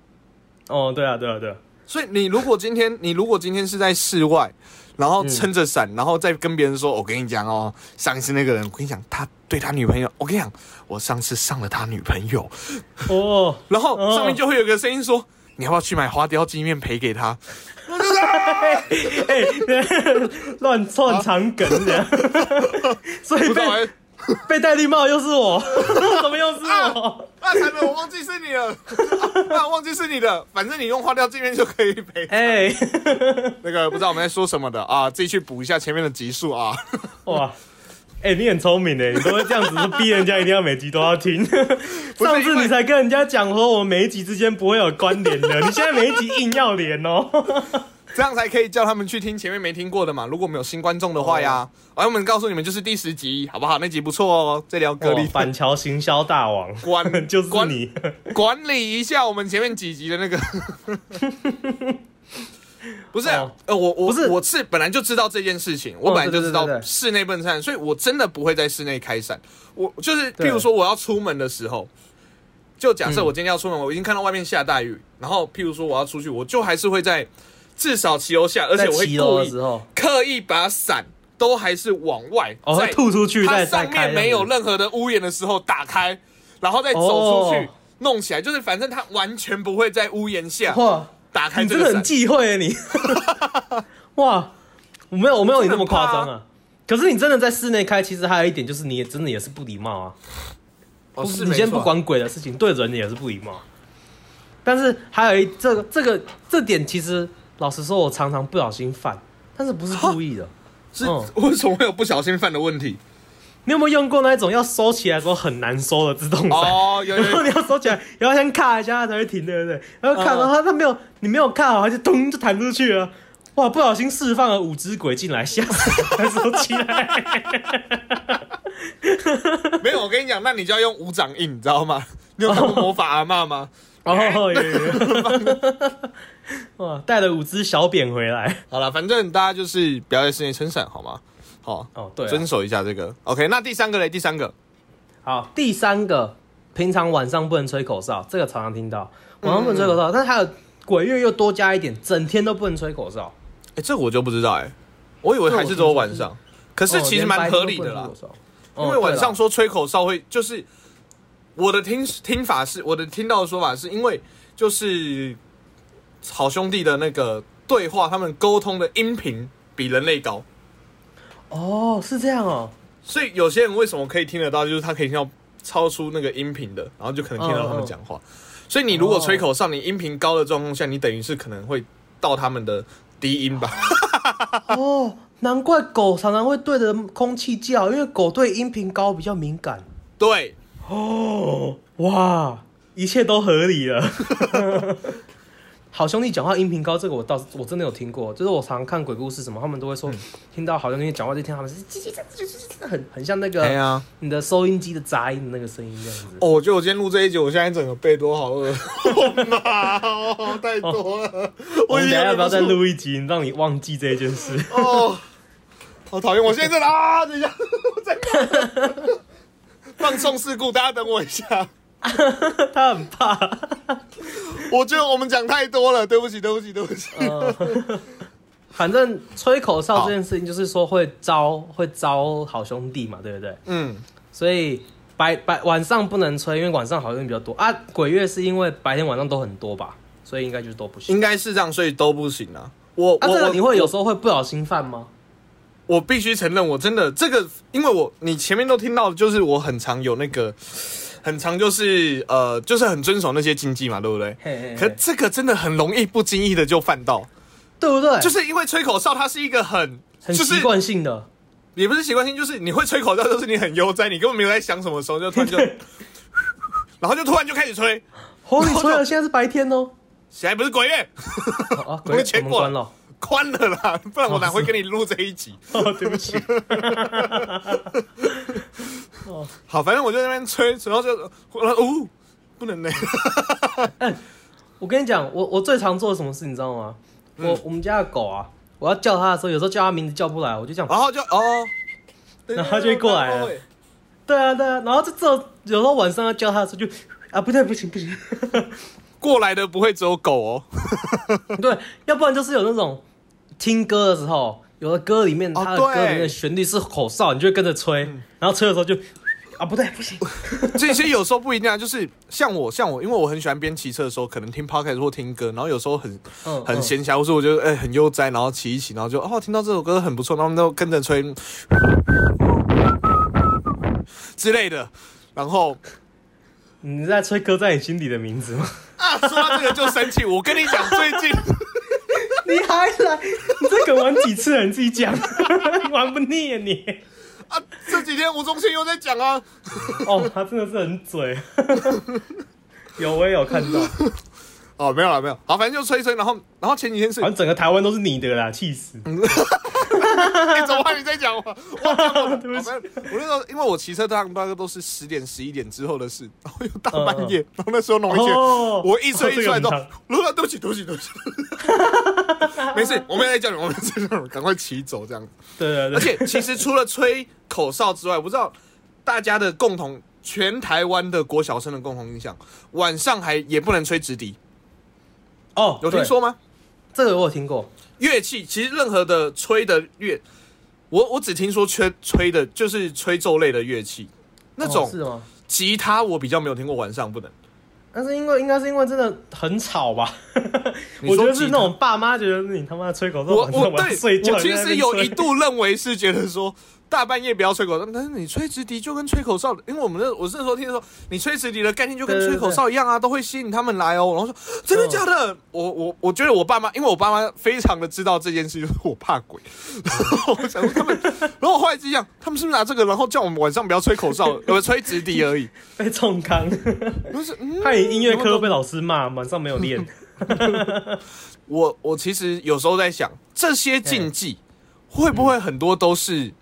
哦，对啊，对啊，对啊，
所以你如果今天，你如果今天是在室外，然后撑着伞，然后再跟别人说，我跟你讲哦，上一次那个人，我跟你讲，他对他女朋友，我跟你讲，我上次上了他女朋友，
哦，
然后
哦
上面就会有个声音说，你要不要去买花雕鸡面赔给他？
哎，乱窜长梗这
[laughs]
样，所以
不懂哎、
被被戴绿帽又是我，
[laughs]
怎么又是我？
啊，惨了，我忘记是你了， [laughs] 啊，忘记是你的，反正你用花雕鸡面就可以赔。
哎， [laughs]
那个不知道我们在说什么的啊，自己去补一下前面的集数啊。
哇！哎、你很聪明哎，你都会这样子逼人家一定要每集都要听。
不是
上
因
次
为
你才跟人家讲说我们每一集之间不会有关联
[laughs]
的，你现在每一集硬要连哦。
这样才可以叫他们去听前面没听过的嘛。如果我们有新观众的话呀，
哦
哎而、我们告诉你们就是第十集，好不好？那集不错哦，在聊隔
哇
离
板桥行销大王，
管
就是
管
你。
管理一下我们前面几集的
[laughs]
那个。不是、
哦
呃，我我
不是哦
我是本来就知道这件事情，我本来就
对对
知
对
道
对
室内不能伞，所以我真的不会在室内开伞。我就是，譬
对
如说我要出门的时候，就假设我今天要出门，
嗯
我已经看到外面下大雨，然后譬如说我要出去，我就还是会在至少骑楼下，而且
在
我会
骑楼
故
的
意
时候，
刻意把伞都还是往外，
哦，会
在
吐出去
它
再再
上
开这
面
样子。
没有任何的屋檐的时候打开，然后再走出去、
哦
弄起来，就是反正它完全不会在屋檐下
哇，
打开
你
这
真的很
个伞。
忌讳耶 [laughs] 你。哇，我没有我没有你那么夸张
真的
啊。可是你真的在室内开，其实还有一点就是你也真的也是不礼貌啊。
哦
不
是
你
没
今天
错
不管鬼的事情，对人也是不礼貌。但是还有一这个这个这点，其实老实说，我常常不小心犯，但是不是故 [laughs] 意的。
是
嗯
为什么会有不小心犯的问题？
你有没有用过那一种要收起来的时候很难收的自动伞？
哦，有有
然后
有
你要收起来，然后先卡一下它才会停，对不对？然后卡，
嗯
然后它没有，你没有卡好，它就咚就弹出去了。哇！不小心释放了五只鬼进来，吓死我！收起来，
没有？我跟你讲，那你就要用五掌印，你知道吗？你有看过魔法阿
[laughs]
嬷吗？
[laughs] 哦，有有有， [laughs] 哇！带了五只小扁回来。
好了，反正大家就是不要在室内撑伞，好吗？好，
哦，对啊、
遵守一下这个。OK，那第三个嘞，第三个，
好，第三个，平常晚上不能吹口哨，这个常常听到，晚上不能吹口哨，但还有鬼月又多加一点，整天都不能吹口哨。
哎、这我就不知道哎、我以为还是只有晚上，可是
哦
其实
连
蛮
白
合
天都
理
不
的
能
啦
吹。口哨
因
哦
为晚
对啦
上说吹口哨会，就是我的听听法是，我的听到的说法是因为就是好兄弟的那个对话，他们沟通的音频比人类高，
哦，是这样哦。
所以有些人为什么可以听得到，就是他可以听到超出那个音频的，然后就可能听得到他
嗯
们讲话。所以你如果吹口哨，你音频高的状况下，你等于是可能会到他们的低音吧？ [laughs]
[laughs] 哦，难怪狗常常会对着空气叫，因为狗对音频高比较敏感。
对，
哦，哇，一切都合理了。 [laughs] 好兄弟讲话音频高，这个我倒是我真的有听过，就是我常看鬼故事什么，他们都会说、听到好兄弟讲话就听他们是叽叽喳喳叽叽喳喳很很像那个、嗯
哎呀，
你的收音机的杂音的那个声音这样子。
哦，我觉得我今天录这一集，我现在整个背都好饿，我妈哦，太多了，
我们等一
已经
下要不要再
忍住
录一集，让你忘记这件事？ [laughs]
哦，好讨厌！我现在在哪啊，等一下，我在哪放送事故，大家等我一下。
他很怕。
我觉得我们讲太多了，对不起，对不起，对不起。
呃，反正吹口哨这件事情，就是说会招会招好兄弟嘛，对不对？
[laughs] 嗯，
所以白白晚上不能吹，因为晚上好兄弟比较多啊。鬼月是因为白天晚上都很多吧，所以应该就是都不行。
应该是这样，所以都不行啊。我
嗯啊，
我
这个
我
你会有时候会不小心犯吗？
我必须承认，我真的这个，因为我你前面都听到，就是我很常有那个，很常就是呃，就是很遵守那些禁忌嘛，对不对？
嘿嘿嘿
可这个真的很容易不经意的就犯到，
对不对？
就是因为吹口哨，它是一个很
哎很
就是
习惯性的，
也不是习惯性，就是你会吹口哨，就是你很悠哉，你根本没有在想什么时候，就突然
[laughs]
就，然后就突然就开始吹，
哦， [laughs] 你
然后
吹
就
了，现在是白天哦。
现在不是鬼月， [laughs]
好啊，鬼月
切
我们
过
关
了
了。 [laughs]
关了啦，不然我哪会跟你录这一集？
哦，对不起。 [laughs]
好，反正我就在那边吹，然后就呜、哦，不能呢，
我跟你讲，我我最常做的什么事，你知道吗？我我们家的狗啊，我要叫它的时候，有时候叫它名字叫不来，我就这样。
然后就
[laughs]
哦，
然后他就会过来了对啊，对啊，然后就只有有时候晚上要叫它的时候就，啊，不对，不行，不行。
过来的不会只有狗
[laughs]
哦，
对，要不然就是有那种听歌的时候，有的歌里面
哦
它的歌
对
里面的旋律是口哨，你就会跟着吹，然后吹的时候就，啊，不对，不
[laughs]
行。
这些有时候不一定啊，就是像我像我，因为我很喜欢边骑车的时候，可能听 podcast 或听歌，然后有时候很
嗯
很闲暇，或是我觉得哎、很悠哉，然后骑一骑，然后就哦听到这首歌很不错，然后都跟着吹之类的。然后
你在吹歌在你心底的名字吗？
[laughs] 啊，说到这个就生气，我跟你讲，最 [laughs] 近
你还来？你这梗玩几次了？你自己讲， [laughs] 你玩不腻呀你。
啊这几天吴宗宪又在讲啊，
哦，他真的是很嘴。 [laughs] 有，我也有看到，
哦没有了没有，好反正就吹一吹，然后然后前几天是
好像整个台湾都是你的啦，气死！
嗯哎，怎么 [laughs] 还你在讲我？我讲哦
[laughs]
我 [laughs]
对不啊起
我那时候因为我骑车大大概都是十点、十一点之后的事， [laughs] 然后又大半夜，然后那时候弄一些，
嗯哦
我一吹一出来之
哦这
后
个很，
如果对不起，对不起，对不 [laughs] 起，没事，我没有在叫你，我没有在叫你，赶快骑走这样。
对啊对对，
而且其实除了吹口哨之外，我不知道大家的共同，全台湾的国小生的共同印象，晚上还也不能吹直笛，
哦，
有听
对
说吗？
这个？我有听过，
乐器其实任何的吹的乐，我我只听说吹吹的就是吹奏类的乐器，那
哦是
种
吗？
吉他我比较没有听过，晚上不能。
但是因为应该是因为真的很吵吧，
你
我觉
说
得是
吉
那
他
种爸妈觉得你他妈吹口哨，
我
晚
我
上晚上睡
对
觉
我
你
其
在那
实
边
有
吹
一度认为是觉得说大半夜不要吹口哨，但是你吹直笛就跟吹口哨，因为我们那我那时候听说你吹直笛的概念就跟
对对
吹
对
口哨一样啊，都会吸引他们来哦。然后说真的假的？我我我觉得我爸妈，因为我爸妈非常的知道这件事，就是我怕鬼， [laughs] 然后我想说他们，然后我后来就想他们是不是拿这个，然后叫我们晚上不要吹口哨，呃，吹直笛而已。
[laughs]
[laughs]
被冲康， [laughs]
不是，嗯
害你音乐课
然
都
后
被老师骂，晚上没有 [laughs] 练。
我我其实有时候在想，这些禁忌会不会很多都是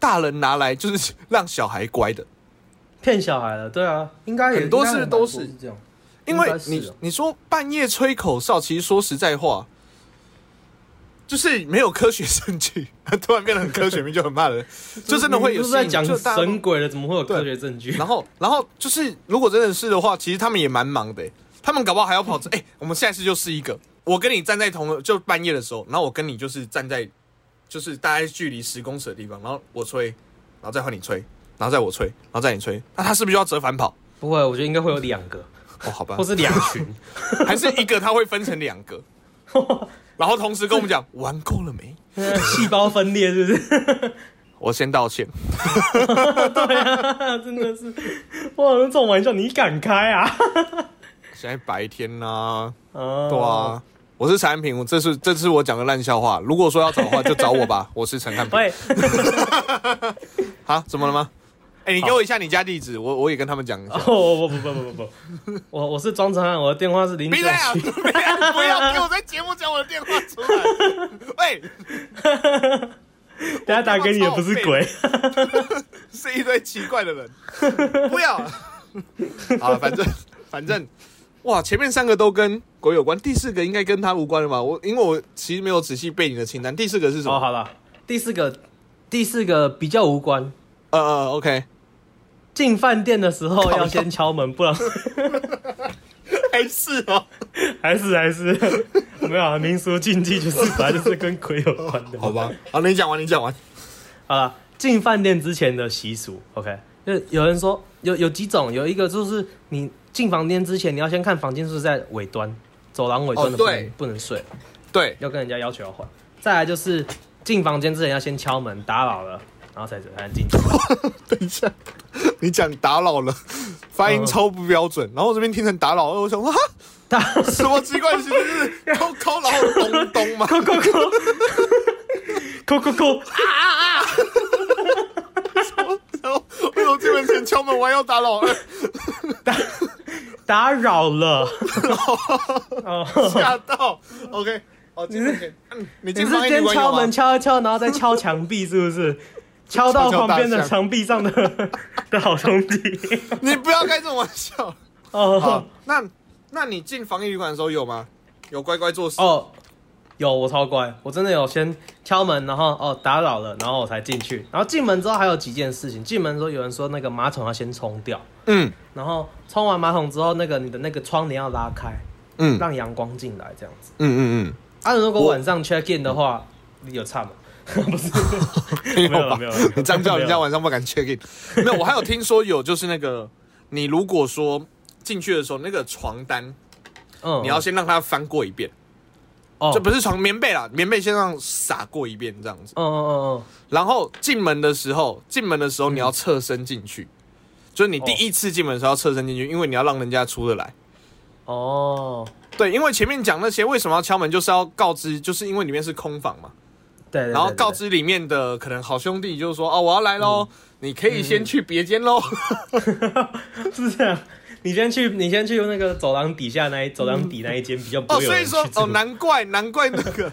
大人拿来就是 [laughs] 让小孩乖的？
骗小孩了，对啊，应该也
很多
应该
事
蛮
都
多
是
是这样。
因为
应该是
你
啊
你说半夜吹口哨，其实说实在话，就是没有科学证据， [laughs] 突然变得很科学，就很怕人，就真的会
你
有
不是在
吸引
讲
力就大家都
神鬼了，怎么会有科学证据？
然后，然后就是，如果真的是的话，其实他们也蛮忙的欸，他们搞不好还要跑这。哎、我们下一次就是一个，我跟你站在同就半夜的时候，然后我跟你就是站在就是大概距离十公尺的地方，然后我吹，然后再换你吹，然后再我吹，然后再你吹，那他是不是就要折返跑？
不会，我觉得应该会有两
[laughs]
个，
哦，好吧
或，是两群。
还是一个他会分成两 [laughs] 个，然后同时跟我们讲玩够了没？
[laughs] 细胞分裂是不 [laughs] 是？
我先道歉，
对啊，真的是，哇，那这种玩笑你敢开 [laughs] 啊？
现在白天呐、
啊，
对啊。我是产品，我这是这是我讲的烂笑话。如果说要找的话，就找我 [laughs] 吧。我是陈汉平。
喂，
啊，怎么了吗？哎、你给我一下你家地址，我我也跟他们讲一下。
哦，我不不不不不，我我是庄成汉，我的电话是零九
[laughs] 别这样，
七。
别这样不要给我在节目讲我的电话出来。喂，
等下打给你的不是鬼，
是一堆奇怪的人， [laughs] 不要。好了，反正反正，哇，前面三个都跟鬼有关，第四个应该跟他无关了吧？我因为我其实没有仔细背你的清单，第四个是什
哦，
么？
好了，第四个，第四个比较无关，
呃呃，OK，
进饭店的时候要先敲门，不然
还是哦，
[laughs] 还是还是 [laughs] 没有啊，民俗禁忌就是本来就是跟鬼有关的。
[laughs] 好吧，好，你讲完，你讲完。
好了，进饭店之前的习俗，OK，就是有人说有有几种，有一个就是你进房间之前，你要先看房间是不是在尾端，走廊尾端的
哦
不能、
对
不能睡，
对，
要跟人家要求要换。再来就是进房间之前要先敲门打扰了，然后才才能进去。 [laughs]
等一下，你讲打扰了，发音超不标准，然后我这边听成打扰了，我想说哈，
打
什么奇怪的形容就是抠抠然后咚咚嘛，
扣扣扣扣扣扣，
然后为什么进门前敲门我还要打扰？
打扰
[laughs]
了。哦，
吓到，OK，哦，进门前，嗯
你
你进
是
房间
先
关
敲门
有吗？
敲一敲，然后再敲墙壁，是不
[laughs]
是？敲到旁边的墙壁上的的好兄
[laughs]
弟。
你不要开这种玩
[laughs]
笑。
哦
好，那那你进防疫旅馆的时候有吗？有乖乖做事？
哦，有我超乖，我真的有先敲门，然后哦打扰了，然后我才进去。然后进门之后还有几件事情，进门之后有人说那个马桶要先冲掉，
嗯
然后冲完马桶之后，那个你的那个窗帘要拉开，
嗯嗯
让阳光进来，这样子。
嗯
啊，如果
我
晚上 check in 的话，你有差吗？ [laughs] 不是，
嗯，没
[laughs]
有
没有了
吧
没有了没有了？
你这样叫人
没有
家
了
晚上不敢 check in。没有，我还有听说有，就是那个你如果说进去的时候，那个床单
嗯，
你要先让它翻过一遍，
哦，
就不是床棉被啦，棉被先让撒过一遍这样子。
嗯嗯嗯
然后进门的时候，进门的时候你要侧身进去，就是你第一次进门的时候要侧身进去，因为你要让人家出得来。
嗯，哦，
对，因为前面讲那些为什么要敲门，就是要告知，就是因为里面是空房嘛，
对对对
然后
对
告知里面的可能好兄弟，就是说哦，我要来喽，
嗯
你可以先去别间喽。
是这样。 [laughs] 你先去，你先去那个走廊底下那一走廊底那一间比 [laughs] 较不
哦，
会有
所以
人去
说
住
哦，难怪难怪那个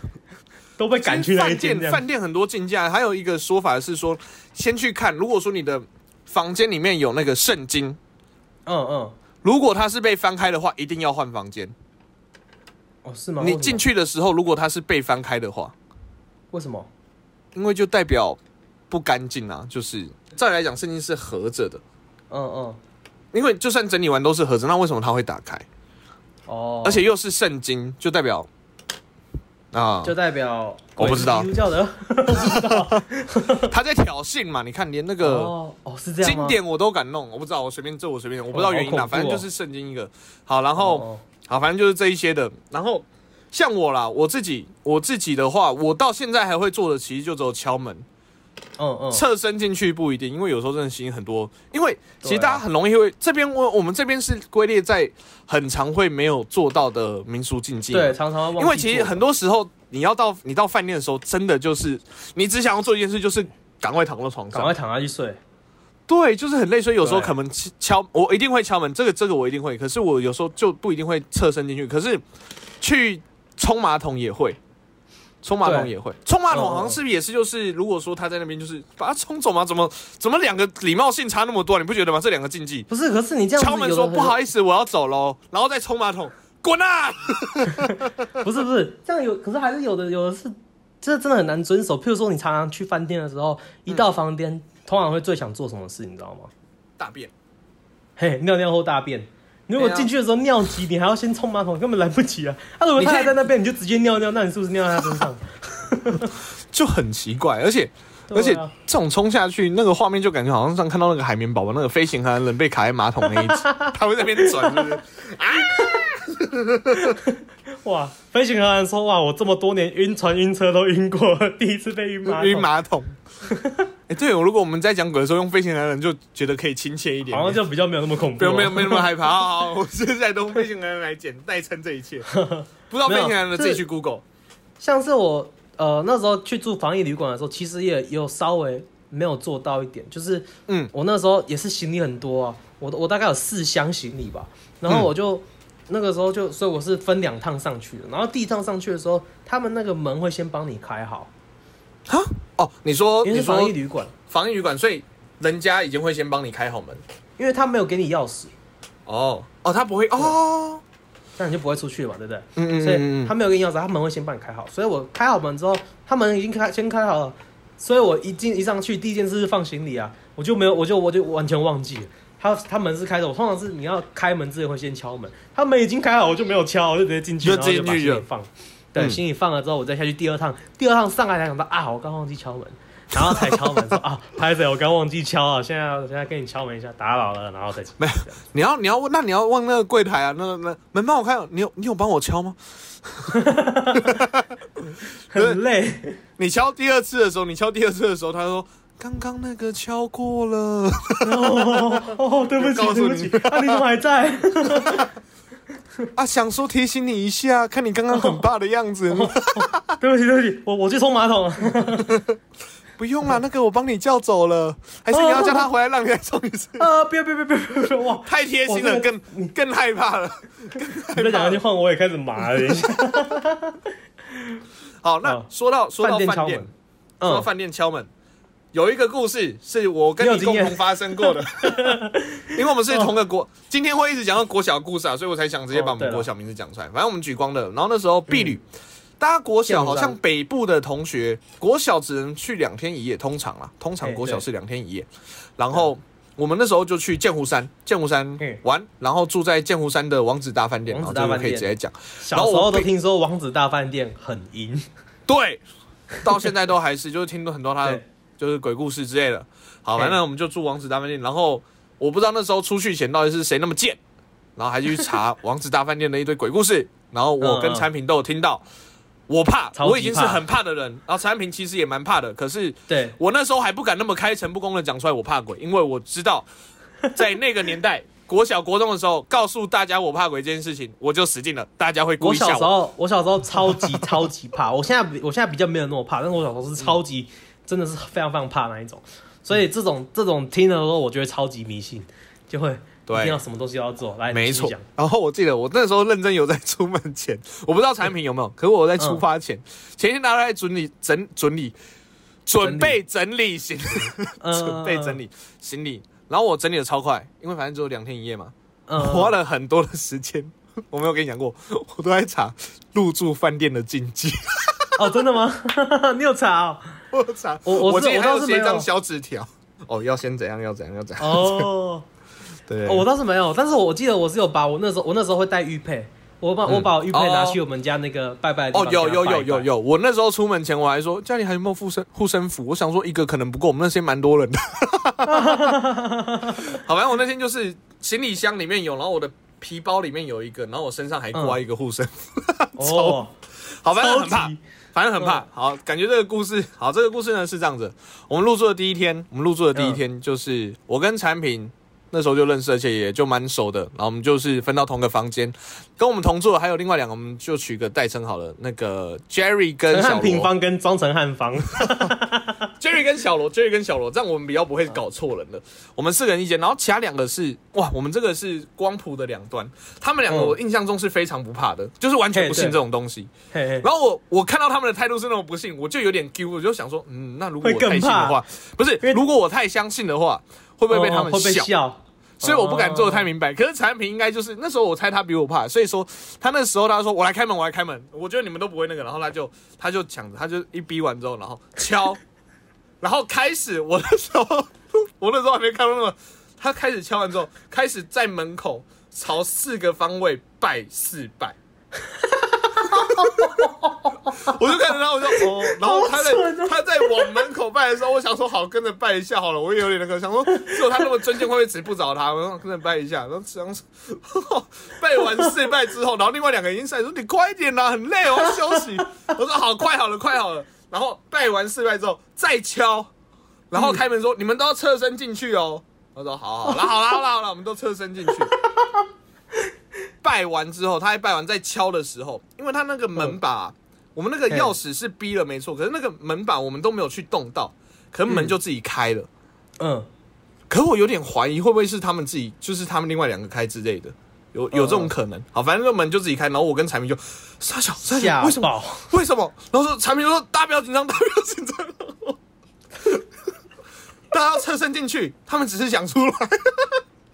都被 [laughs] 赶去那一
饭
间这
店
样。
饭店很多竞价，还有一个说法是说，先去看，如果说你的房间里面有那个圣经，
嗯嗯，
如果它是被翻开的话，一定要换房间。
哦是吗？
你进
去
去的时候，如果它是被翻开的话，
为什么？
因为就代表不干净啊，就是再来讲，圣经是合着的。
嗯嗯，
因为就算整理完都是盒子，那为什么它会打开？
哦，
而且又是圣经，就代表啊，
就代表
我不知道
基督教的
他在挑衅嘛。你看，连那个
哦哦是这样吗
呃经典我都敢弄，我不知道，我随便这我随便，我不知道原因
好
啦，
恐怖哦
反正就是圣经一个。好，然后、
哦
好，反正就是这一些的。然后像我啦，我自己我自己的话，我到现在还会做的，其实就只有敲门，
嗯嗯
侧身进去不一定，因为有时候真的吸引很多。因为
对
其实
啊
大家很容易会这边我我们这边是归列在很常会没有做到的民俗禁忌嘛，
对，常常会忘记
因为其实
做
很多时候，你要到你到饭店的时候，真的就是你只想要做一件事，就是赶快躺到床
赶快
上。
躺下去睡。
对，就是很累，所以有时候
对
可能敲敲，我一定会敲门，这个这个我一定会。可是我有时候就不一定会侧身进去，可是去冲马桶也会，冲马桶
对
也会，冲马桶
嗯嗯
好像是不是也是就是，如果说他在那边就是把他冲走吗？怎么怎么两个礼貌性差那么多？你不觉得吗？这两个禁忌，
不是，可是你这样子
敲门
有的
说
很
不好意思，我要走喽，然后再冲马桶，滚啊！
[laughs] 不是不是，这样有，可是还是有的，有的是，这真的很难遵守。譬如说，你常常去饭店的时候，一到房间，
嗯
通常会最想做什么事，你知道吗？ [laughs]
大便。
嘿，尿尿或大便。如果
对啊
进去的时候尿急，你还要先冲马桶，根本来不及
[laughs]
啊！啊，如果
你
他
现
还在
在
那边，你就直接尿尿，那你是不是尿在他身上？
就很奇怪，而且、
对啊
[laughs] 而且这种冲下去，那个画面就感觉好像像看到那个海绵宝宝那个飞行还人被卡在马桶
[laughs]
那一集，他会在那边转，是不是？
哇！飞行员说：“哇，我这么多年晕船晕车都晕过， [laughs] 第一次被晕马桶，
晕马
[laughs]
桶。哎、对，如果我们在讲鬼的时候用飞行男人，就觉得可以亲切一点
好，像就比较没有那么恐怖、
不
啊。
用没有没有那么
[laughs]
害怕。好好，好我现在都用飞行男人来简代称这一切。不知道飞行男人的自己去 Google。
像是我呃那时候去住防疫旅馆的时候，其实也也有稍微没有做到一点，就是
嗯，
我那时候也是行李很多啊，我我大概有四箱行李吧，然后我就、那个时候就，所以我是分两趟上去的，然后第一趟上去的时候，他们那个门会先帮你开好，
哈哦，你说
因为
你
是防疫
说
旅馆，
防疫旅馆，所以人家已经会先帮你开好门。
因为他没有给你钥匙，
哦哦，他不会哦，
这样你就不会出去了嘛，对不对？
嗯嗯
所以他没有给你钥匙，他门会先帮你开好。所以我开好门之后，他门已经开先开好了，所以我一进一上去，第一件事是放行李啊。我就没有，我就我就完全忘记了。他他门是开着，我通常是你要开门之前会先敲门，他门已经开好，我就没有敲，我就直接进去，
就
然后就
进去
把行
了
李放。对，
嗯
行李放了之后，我再下去第二趟，第二趟上来才想到啊，我刚忘记敲门，然后才敲门说啊，拍子，我刚忘记敲啊了，现在要现在跟你敲门一下，打扰了，然后再
没有
这样
你要你要问，那你要问那个柜台啊，那那门帮我开，你有你有帮我敲吗？
很累，
你敲第二次的时候，你敲第二次的时候，他说刚刚那个敲过了，
哦哦，对不
告
起，
诉
对
你
不起，啊，你怎么还
[laughs]
在？
啊，想说提醒你一下，看你刚刚很怕的样 [laughs] 子，
对不起，对不起，我我去冲马桶了。
[laughs] 不用啦，那个我帮你叫走了，还是你要叫他回来让你再送一次？哦
啊，不要不要不要不要不要！哇，
[laughs] 太贴心了，
哇这
更更害怕了。
你再讲下去换我也开始麻了。等一下
好，那
哦
说到 [laughs] 说
饭
到
店
饭
敲
店
门，，
说到
嗯，
饭店敲门，有一个故事是我跟
你有
你
经
共
验
同发生过
[laughs]
的，因为我们是同个国，今天会一直讲到国小的故事啊，所以我才想直接把我
哦对嗯
们
了
国小名字讲出来。反正我们举光的，然后那时候避旅，大家国小好
剑
像
湖山
北部的同学，国小只能去两天一夜，通常啦，通常
哎
国小
对
是两天一夜，然后。我们那时候就去剑湖山，剑湖山
嗯
玩，然后住在剑湖山的王子大饭店，然
王
后
子
这
大
个
饭
可以直
店
接讲。
嗯小时候都听说王子大饭店很阴，
对，到现在都还
[laughs]
是，就是听到很多他的
对
就是鬼故事之类的。好，
嘿
反正我们就住王子大饭店，然后我不知道那时候出去前到底是谁那么贱，然后还去查王子大饭店的一堆鬼故事，然后我跟
嗯嗯
产品都有听到。我怕，
超级
我已经是
怕
很怕的人，然后产品其实也蛮怕的，可是
对，
我那时候还不敢那么开诚布公的讲出来我怕鬼，因为我知道在那个年代。国小国中的时候，告诉大家我怕鬼这件事情，我就死定了，大家会故
我
意笑
小时
我。
候，我小时候超级超级怕， [laughs] 我现在比我现在比较没有那么怕，但是我小时候是超
嗯
级，真的是非常非常怕那一种，所以这种这种听了之后，我觉得超级迷信，就会一
对
定要什么东西都要做，来，
没
继续
错
讲。
然后我记得我那时候认真有在出门前，我不知道产品有没有，可是我在
嗯
出发前，前一天大家在整理整整理，准备整理行，
嗯
[laughs] 准备整
理，
理行李。然后我整理的超快，因为反正只有两天一夜嘛，
嗯
我花了很多的时间。我没有跟你讲过，我都在查入住饭店的禁忌。 [laughs]
[laughs] 哦，真的吗？你有查哦？
我查，
我我是
我记得
我
还
倒
有
是
写一
没有
张小纸条。哦，要先怎样，要怎样，要怎样。
哦。
对，
哦我倒是没有，但是我记得我是有把我那时候我那时候会带玉佩，我把、我把我玉佩拿去我们家那个拜拜的地
嗯哦
方，
有
给它
有
拜
有
一
有
拜，
有，我那时候出门前我还说家里还有没有护身护身符，我想说一个可能不够，我们那些蛮多人的。 [laughs] 好，反正我那天就是行李箱里面有，然后我的皮包里面有一个，然后我身上还挂一个护身符。
嗯
[laughs]
哦，
好，反正
超
很怕
级，嗯
反正很怕。好，感觉这个故事，好，这个故事呢是这样子，我们入住的第一天，我们入住的第一
嗯
天就是我跟产品。那时候就认识，而且也就蛮熟的。然后我们就是分到同个房间，跟我们同住的还有另外两个，我们就取个代称好了。那个 Jerry 跟
陈
小
汉平
罗，
方跟庄成汉
[laughs]
方，
Jerry 跟小罗，Jerry 跟小罗，这样我们比较不会搞错人了。我们四个人一间，然后其他两个是哇，我们这个是光谱的两端，他们两个
嗯
我印象中是非常不怕的，就是完全
嘿
不信
对
这种东西。
嘿嘿，
然后我我看到他们的态度是那种不信，我就有点丢，我就想说，嗯，那如果
会
我
更
太信的话，不是
因为，
如果我太相信的话，会不会被他
哦
们
会被
笑？
笑，
所以我不敢做的太
哦
明白。可是产品应该就是那时候我猜他比我怕，所以说他那时候他说我来开门，我来开门，我觉得你们都不会那个，然后他就他就抢着，他就一逼完之后，然后敲，然后开始我那时候 [laughs] 我那时候还没看到那么，他开始敲完之后，开始在门口朝四个方位拜四拜。 [laughs] 我就看着他，我就哦，然后他在、
好蠢哦
他在往门口拜的时候，我想说好跟着拜一下好了，我也有点那个，想说只有他那么尊敬，会不会只不找他？然后跟着拜一下，然后想说 [laughs] 拜完四拜之后，然后另外两个已经上来说你快一点啦、很累，我要休息。我说好，快好了，快好了。然后拜完四拜之后再敲，然后开门说、你们都要侧身进去哦。我说好好啦，好啦好啦好啦，我们都侧身进去。拜完之后，他在拜完在敲的时候，因为他那个门把，我们那个钥匙是逼了没错，可是那个门把我们都没有去动到，可是门就自己开了。
嗯，
可我有点怀疑，会不会是他们自己，就是他们另外两个开之类的，有有这种可能。好，反正那个门就自己开，然后我跟彩明就傻小傻小，
吓
哎为什么
爆， [laughs]
为什么？然后说产品就说大家不要紧张，大家不要紧张，大家要侧身进去，他们只是想出来。 [laughs]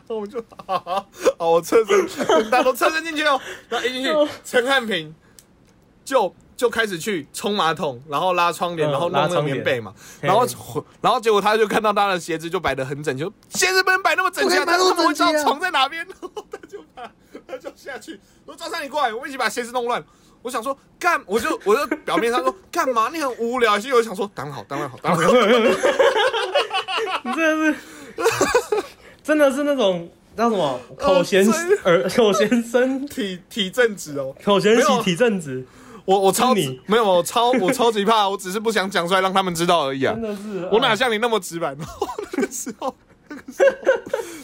然后我们就好好好好，
哦
我侧身，大家都侧身进去哦。然后一进去，陈汉平就就开始去冲马桶，然后拉窗帘，
嗯
然后弄
拉
那个
窗帘
棉被嘛，
嘿
然后然后结果他就看到他的鞋子就摆的很整齐，就鞋子不能摆那么整齐啊，
不可以摆那么
他怎么会知道
整齐啊
床在哪边？然后他就把他就下去，我说张三你过来，我们一起把鞋子弄乱。我想说干，我就我就表面上说干嘛？你很无聊，心里我想说当然好，当然好，当然好。
你真的是，真的是那种叫什么口嫌
呃真
耳口嫌身
体体正直哦，
口嫌
没有
喜
啊
体正直，
我我超
是你
没有，我超我超级怕，我只是不想讲出来让他们知道而已啊
真。的是
我哪
啊
像你那么直白？然 [laughs] 后那个时候，那个时候，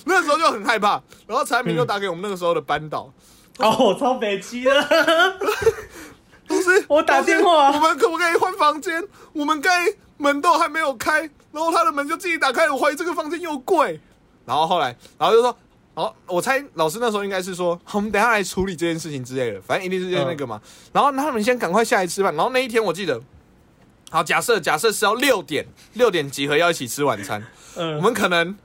那个时候就很害怕。然后产品就打给我们那个时候的班导，
哦，我超北极的，
[laughs] 不是
[laughs] 我打电话
我们可不可以换房间？我们该门都还没有开，然后他的门就自己打开了，我怀疑这个房间又贵。然后后来，然后就说，好，我猜老师那时候应该是说，好我们等一下来处理这件事情之类的，反正一定是那个
嗯
嘛。然后他们先赶快下来吃饭。然后那一天我记得，好，假设假设是要六点六点集合要一起吃晚餐，
嗯
我们可能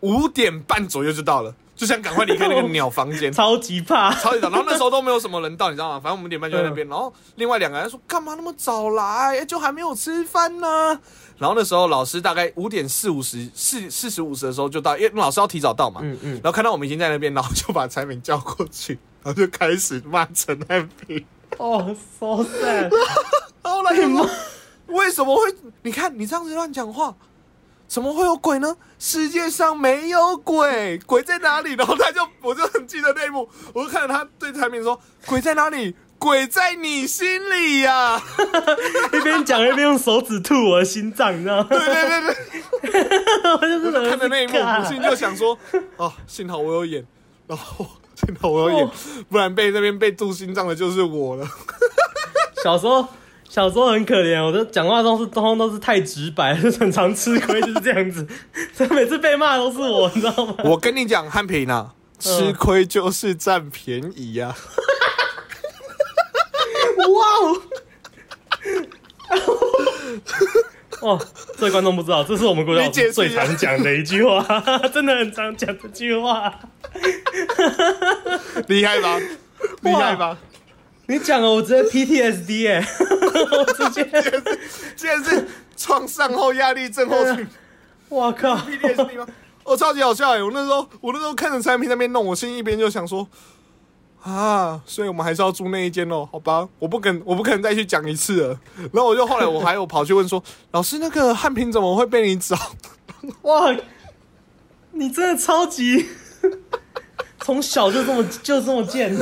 五点半左右就到了，就想赶快离
[laughs]
开那个鸟房间。
超级怕，
超级早，然后那时候都没有什么人到，你知道吗？反正我们点半就在那
嗯
边，然后另外两个人说干嘛那么早来、哎就还没有吃饭呢。然后那时候老师大概五点四五十四四十五十的时候就到，因为老师要提早到嘛。
嗯嗯
然后看到我们已经在那边，然后就把产品叫过去，然后就开始骂陈汉平。
哦，so sad，
然后来什为什么会？你看你这样子乱讲话，怎么会有鬼呢？世界上没有鬼，鬼在哪里？然后他就，我就很记得那一幕，我就看着他对产品说：“鬼在哪里？鬼在你心里呀、 [laughs]
一边讲一边用手指吐我的心脏，你知道吗？ [laughs]
对对对对，
我就是
我就看着那一幕，我
尬
心里就想说：“哦，幸好我有演，然后 [laughs] 幸好我有演
哦，
不然被那边被镀心脏的就是我 [laughs] 了。
小时候。小时候很可怜，我的讲话都是通通都是太直白，就是很常吃亏，就是这样子。 [laughs] 所以每次被骂都是我，你知道吗”？
我跟你讲，汉平啊，吃亏就是占便宜呀、
哦，这位观众不知道，这是我们国
你
家
解释一下
最常讲的一句话， [laughs] 真的很常讲这句话。
厉害吧？厉害吧？
你讲了，我直接 PTSD 哎、 [laughs] 我直接，
竟然是创伤后压力症候
[laughs] 啊
群
我靠，
PTSD 吗？我、超级好笑哎、我那时候，我那时候看着产品那边弄，我心一边就想说，啊，所以我们还是要住那一间哦，好吧？我不肯，我不可能再去讲一次了。然后我就后来我还有跑去问说， [laughs] 老师那个汉平怎么会被你找？
哇，你真的超级，从小就这么就这么贱，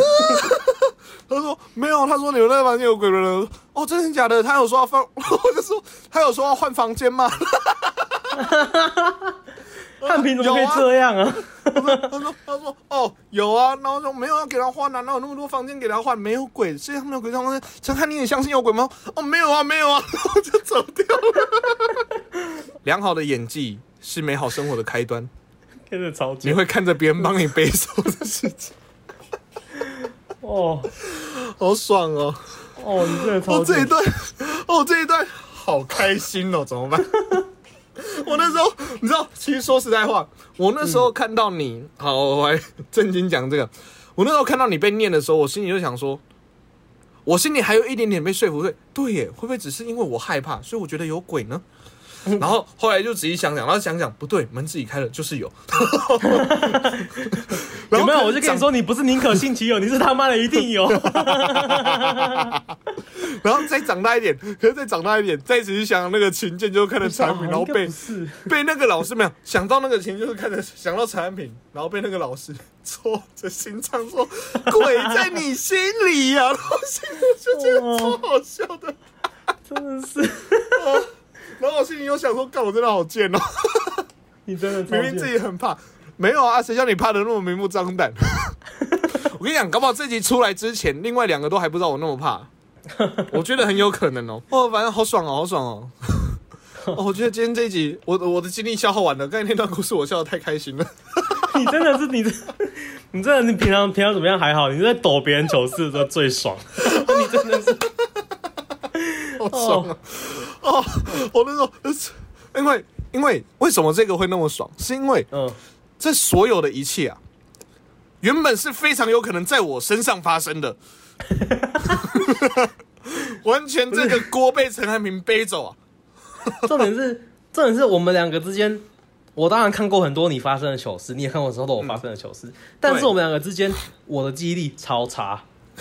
他说没有，啊他说你们那个房间有鬼了。我说哦，真的假的？他有说要放， [laughs] 我就说他有说要换房间吗？
[laughs] 汉平怎么可以这样啊？
他说：“他说哦，有啊。”然后说没有要给他换啊，哪有那么多房间给他换？没有鬼，世界上没有鬼。他说：“陈汉，你也相信有鬼吗？”哦，没有啊，没有啊， [laughs] 然后就走掉了。 [laughs] 良好的演技是美好生活的开端。
真的超
你
贱
会看着别人帮你背手的事情，
哦
好爽哦！
哦，你真的超
哦，这一
贱，
段，哦，这一段好开心哦，怎么
[laughs]
办？我那时候，你知道，其实说实在话，我那时候看到你，好，我还正经讲这个，我那时候看到你被念的时候，我心里就想说，我心里还有一点点被说服，对，对耶，会不会只是因为我害怕，所以我觉得有
[laughs]
鬼呢？然后后来就仔细想想，然后想想不对，门自己开了，就是
[laughs]
有。
有
然后
没有？
可能
我就跟
长
你说，你不是宁可信其有，你是他妈的一定有。
然后再长大一点，可是再长大一点，再仔细想想那个情境，就看着 [laughs] 产品，然后
应该
被
不是，
被那个老师没有想到那个情，就是看着想到产品，然后被那个老师戳着心脏说：“鬼在你心里呀、然后心里就觉得超好笑的。
真的是，
然后我心里又想说：“干，我真的 [laughs] 好贱哦！
你真的超
明
贱
明自己很怕，没有啊，谁叫你怕的那么明目张胆？”我跟你讲，搞不好这集出来之前，另外两个都还不知道我那么怕，我觉得很有可能哦。 [laughs] 哦，反正好爽哦，好爽 [laughs] 哦！哦，我觉得今天这一集，我我的精力消耗完了。刚才那段故事我笑得太开心了。
你真的是你，你真的你平常平常怎么样还好，你在抖别人糗事的时候最爽， [laughs] 你真的是
好爽啊！哦，我那时候，呃因为因为为什么这个会那么爽？是因为
嗯
这所有的一切啊，原本是非常有可能在我身上发生的， [laughs] 完全这个锅被陈汉平背走啊！
[laughs] 重点是，重点是我们两个之间，我当然看过很多你发生的糗事，你也看过很多我发生的糗事，但是我们两个之间，我的记忆力超差， [laughs]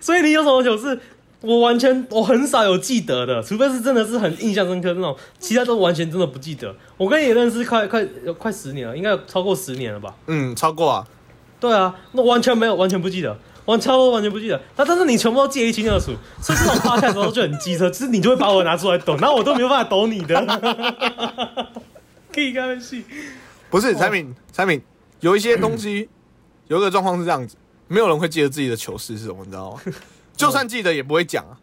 所以你有什么糗事，我完全我很少有记得的，除非是真的是很印象深刻那种，其他都完全真的不记得。我跟你也认识快快有快十年了，应该有超过十年了吧？
嗯，超过啊，
对啊，那完全没有，完全不记得。完差不多完全不记得，但但是你全部都记得一清二楚，所以这种趴下的时候就很机车，就是你就会把我拿出来抖，然后我都没有办法抖你的，可以开玩笑。
不是产品产品有一些东西，有一个状况是这样子，没有人会记得自己的糗事是什么，你知 [laughs] 道吗？就算记得也不会讲啊，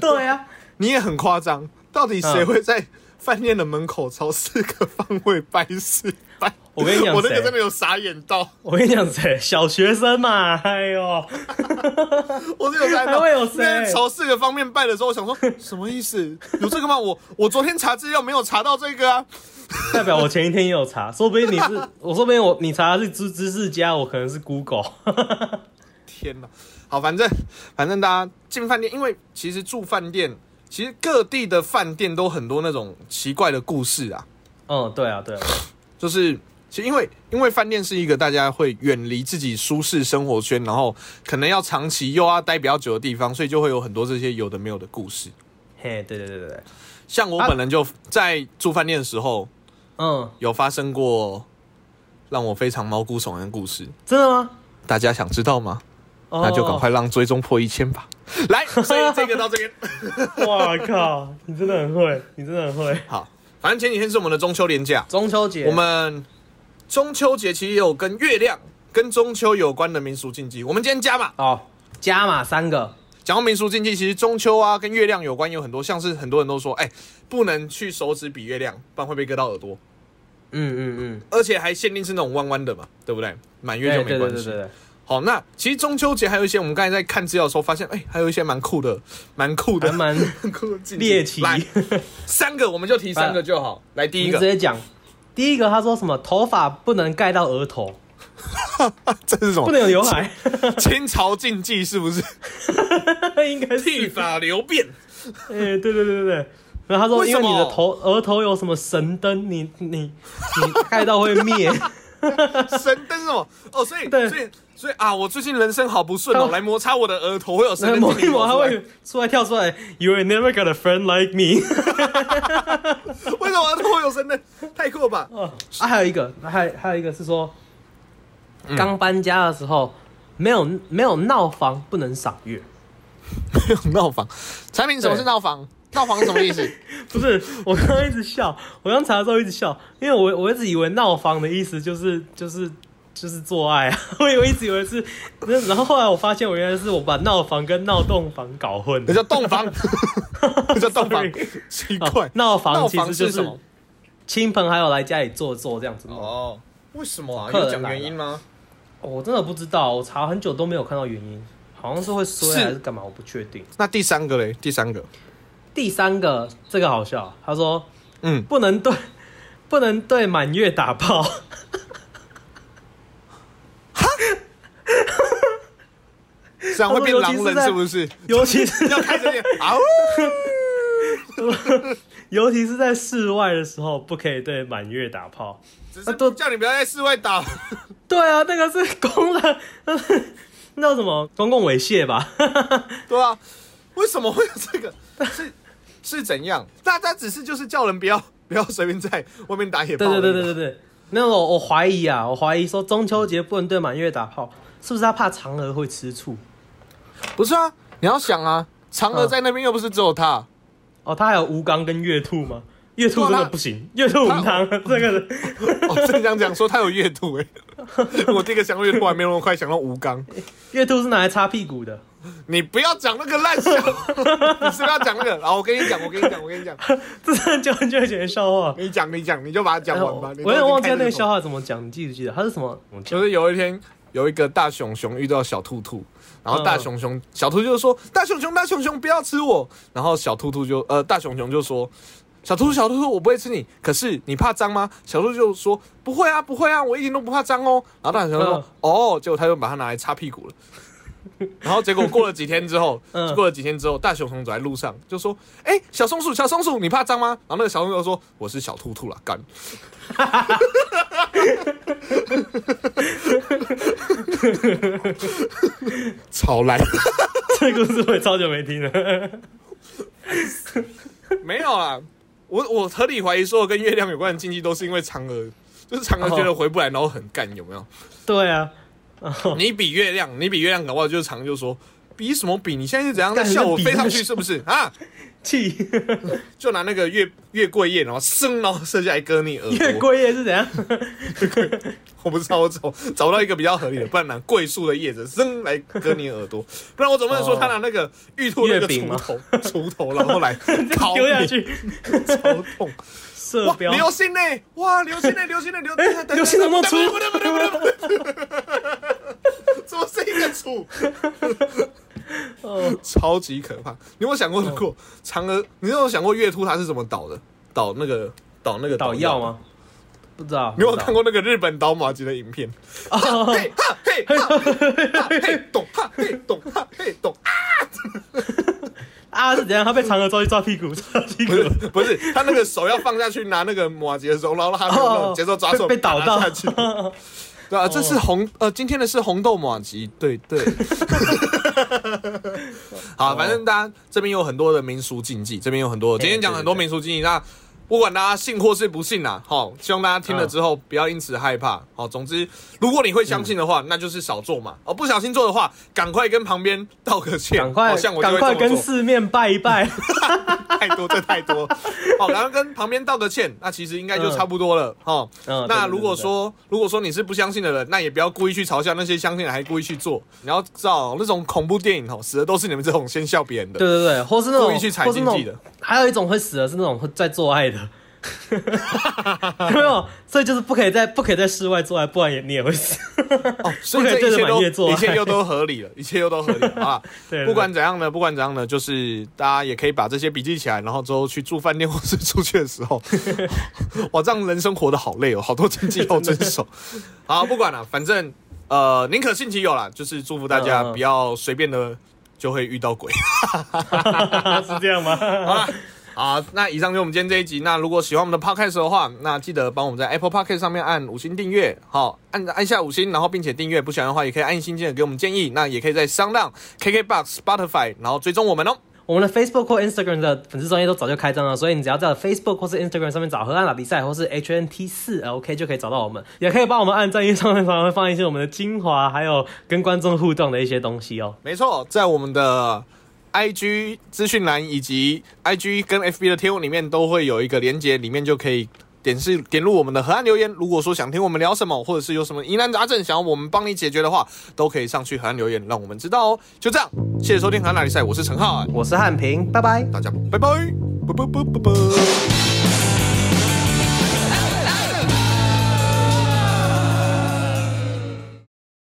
对啊，
你也很夸张，到底谁
嗯
会在饭店的门口朝四个方位拜四拜？
我跟你讲
我那个
谁
真的有傻眼到， [laughs]
我跟你讲谁，小学生嘛，哎呦，
我是有在
还会有谁
那朝四个方面拜的时候，我想说什么意思？有这个吗？我我昨天查资料没有查到这个啊。
代表我前一天也有查，说不定你是，我说不定我你查的是知知识家，我可能是 Google， [laughs]
天哪！好，反正反正大家进饭店，因为其实住饭店，其实各地的饭店都很多那种奇怪的故事啊。
嗯，对啊，对啊，
就是其实因为因为饭店是一个大家会远离自己舒适生活圈，然后可能要长期又要待比较久的地方，所以就会有很多这些有的没有的故事。
嘿，对对对对对，
像我本人就在住饭店的时候，
嗯，
有发生过让我非常毛骨悚然的故事，
真的吗？
大家想知道吗？
哦
那就赶快让追踪破一千吧。来，所以这个到这边。
哇靠，你真的很会，你真的很会。
好，反正前几天是我们的中秋连假，
中秋节，
我们中秋节其实也有跟月亮、跟中秋有关的民俗禁忌。我们今天加码
哦，加码三个，
讲到民俗禁忌，其实中秋啊跟月亮有关，有很多，像是很多人都说，哎、不能去手指比月亮，不然会被割到耳朵，
嗯嗯嗯，
而且还限定是那种弯弯的嘛，对不对？满月
对对
就没
对
关
对
系。
对，
好，那其实中秋节还有一些，我们刚才在看资料的时候发现，哎、还有一些蛮酷的、蛮酷
还
的、
蛮
蛮酷的禁忌。
嗯
[laughs]
猎奇。
来
你
三个，我们就提三个就好。来，第一
直
个，
接讲，第一个他说什么？头发不能盖到额头，
这是什
不
么？
能有刘海，
清朝禁忌是
[laughs]
不是？
应该
剃
是。
发留辫。
哎、对对对对对。然后他说，
为
因
什
为
么
你的头额头有什么神灯，你你你盖到会
[laughs]
灭。
神灯是什么？哦，所以
对
所以所以啊，我最近人生好不顺哦，
他
来摩擦我的额头会有神
然后
灯
某
进
一
去
某他
跑出来。
会出来跳出来，You ain't never got a friend like me
[laughs] 为什么会有神 [laughs] 灯？太酷了吧！
啊。还有一个，还还有一个是说，
嗯
刚搬家的时候，没有没有闹房不能赏月。
没有闹房，产品什么是
对
闹房？闹房是什
[laughs]
么意思？
不是，我刚刚一直笑，我刚查的时候一直笑，因为我我一直以为闹房的意思就是就是就是做爱啊， [laughs] 我以为一直以为是，然后后来我发现我原来是我把闹房跟闹洞房搞混
那
了。
叫洞房， [laughs] 那叫
[laughs]
洞房
Sorry，
奇怪。
闹房
闹
其实
房
就是是
什么？
亲朋好友来家里坐坐这样子。哦，
哦，为什么啊？
客人
有讲
来了
原因吗？
我真的不知道，我查很久都没有看到原因，好像是会衰
是
还是干嘛，我不确定。
那第三个嘞？第三个，
第三个这个好笑，他说
嗯，
不能对不能对满月打炮。 [laughs]
这样会变狼
他说尤其是
人
在
是不是？
尤其是
[laughs] 要开着 [laughs] 脸啊呜！
尤其是在室外的时候，不可以对满月打炮。
只
啊都
是叫你不要在室外打。 [laughs]
对啊，那个是公的， [laughs] 那是那叫什么公共猥亵吧？
对啊，为什么会有这个？是是怎样？大家只是就是叫人不要不要随便在外面打野炮
对
而已嘛。
对对对对对。 [laughs] 那我我怀疑啊，我怀疑说中秋节不能对满月打炮，是不是他怕嫦娥会吃醋？
不是啊！你要想啊，嫦
嗯
娥在那边又不是只有她，
哦，他还有吴刚跟月兔吗？月兔真的不行，月兔无糖，这个人
[laughs] 哦，正想讲说她有月兔哎、欸，我第一个想到月兔还没有那么快想到吴刚。
月兔是拿来擦屁股的。 [laughs]
你不要讲那个烂笑，你是不是要讲那个？然后我跟你讲，我跟你讲，我跟你讲，
这是很久很久以前的笑话。哎
你讲你讲，你就把它讲完吧。你
我有点忘记那个笑
话，
话怎么讲，你记不记得？他是什么？我讲
就是有一天有一个大熊熊遇到小兔兔，然后大
嗯
熊熊、小兔就说：“大熊熊，大熊熊，不要吃我。”然后小兔兔就呃，大熊熊就说：“小兔兔，小兔兔，我不会吃你，可是你怕脏吗？”小兔兔就说：“不
嗯
会啊，不会啊，我一点都不怕脏哦。”然后大熊熊就说：“哦。”结果他就把它拿来擦屁股了。然后结果过了几天之后，
嗯
过了几天之后，大熊熊走在路上就说：“哎、小松鼠，小松鼠，你怕脏吗？”然后那个小松鼠就说：“我是小兔兔啦，干。”超烂，
[laughs] 这个故事我也超久没听了。 [laughs]
没有啊，我我合理怀疑所有跟月亮有关的禁忌都是因为嫦娥，就是嫦娥觉得回不来，然后很干，有没有？
对啊，
你比月亮，你比月亮搞不好就是常就说比什么比？你现在是怎样在
干
笑我
你在
飞
比
上去是不是啊？
气
就拿那个月月桂叶，然后生，然后射下来割你耳朵。
[laughs] 月桂叶是
[laughs]
怎样？
我不知道，我找找不到一个比较合理的，不然拿桂树的叶子生来割你耳朵，不然我总不能说
哦
他拿那个玉兔那个
月饼
锄
吗
头锄头，然后来烤
丢下
你，
去，
超痛。
射
哇，
标。
流星呢？哇，流星呢？流星呢？流
流星怎么出
不对不对不对不对，怎么是一个出？
哦，
超级可怕。你有没有想过，如果嫦娥，你有没有想过月兔它是怎么倒的？倒那个倒那个
倒
药
药？吗？不知道。哦
你有没有看过那个日本倒马吉的
[laughs]
影片？
不知道？
嘿哈嘿哈嘿哈嘿懂哈嘿懂哈嘿懂， [laughs] 啊
啊，是怎样？他被嫦娥抓去抓屁股， [laughs] 抓屁股
不。是不是，他那个手要放下去拿那个马吉的时候，然后他用那种节奏抓手
哦被被倒
拿
到
下去。对啊，这
哦
是红呃，今天的是红豆马吉，对
[laughs]
对。好，反正大家这边有很多的民俗禁忌，这边有很
哎
多，今天讲很多民俗禁忌，那不管大家信或是不信啦，好，希望大家听
嗯
了之后不要因此害怕。好，总之，如果你会相信的
嗯
话，那就是少做嘛。哦，不小心做的话，赶快跟旁边道个歉，
[laughs] 赶快
好像我就
赶
会
快
这么
跟
做。
四面拜一拜。
[laughs] 太多，这太多。好，然后跟旁边道个歉，那其实应该就
嗯
差不多了。哦，
嗯
那
对对
如果
对对
说如果说你是不相信的人，那也不要故意去嘲笑那些相信的，还故意去做。你要知道，那种恐怖电影哦，死的都是你们这种先笑别人的。
对对对，或是那种
故意去踩
或是那种
禁忌的
还有一种会死的是那种会在做爱的，
[laughs]
有没有？所以就是不可以在不可以在室外做爱，不然也你也会死。
哦，所以
不可以
这
对
一
着
切
满月做
都
爱
一切又都合理了，一切又都合理
[laughs]
了啊
对对对
不管怎样呢，不管怎样呢，就是大家也可以把这些笔记起来，然后之后去住饭店或是出去的时候， [laughs] 哇，这样人生活的好累哦，好多禁忌要遵
[laughs]
守。好，不管了，反正呃，宁可信其有啦，就是祝福大家
嗯嗯
不要随便的就会遇到鬼。
是这样吗？
好了。好，那以上就是我们今天这一集。那如果喜欢我们的 podcast 的话，那记得帮我们在 Apple Podcast 上面按五星订阅，好，按按下五星，然后并且订阅。不喜欢的话，也可以按星星的给我们建议。那也可以在商浪、KKBox、Spotify，然后追踪我们哦。
我们的 Facebook 或 Instagram 的粉丝专业都早就开张了，所以你只要在 Facebook 或是 Instagram 上面找河岸打比赛或是 HNT 四 LK 就可以找到我们，也可以帮我们按赞，因为上面常会放一些我们的精华，还有跟观众互动的一些东西哦。
没错，在我们的 IG 资讯栏以及 IG 跟 FB 的贴文里面都会有一个连接，里面就可以点是点入我们的河岸留言。如果说想听我们聊什么，或者是有什么疑难杂症想要我们帮你解决的话，都可以上去河岸留言，让我们知道哦。就这样，谢谢收听河岸哪里赛，我是陈浩，
我是汉平，拜拜。
大家拜拜，拜拜拜拜拜。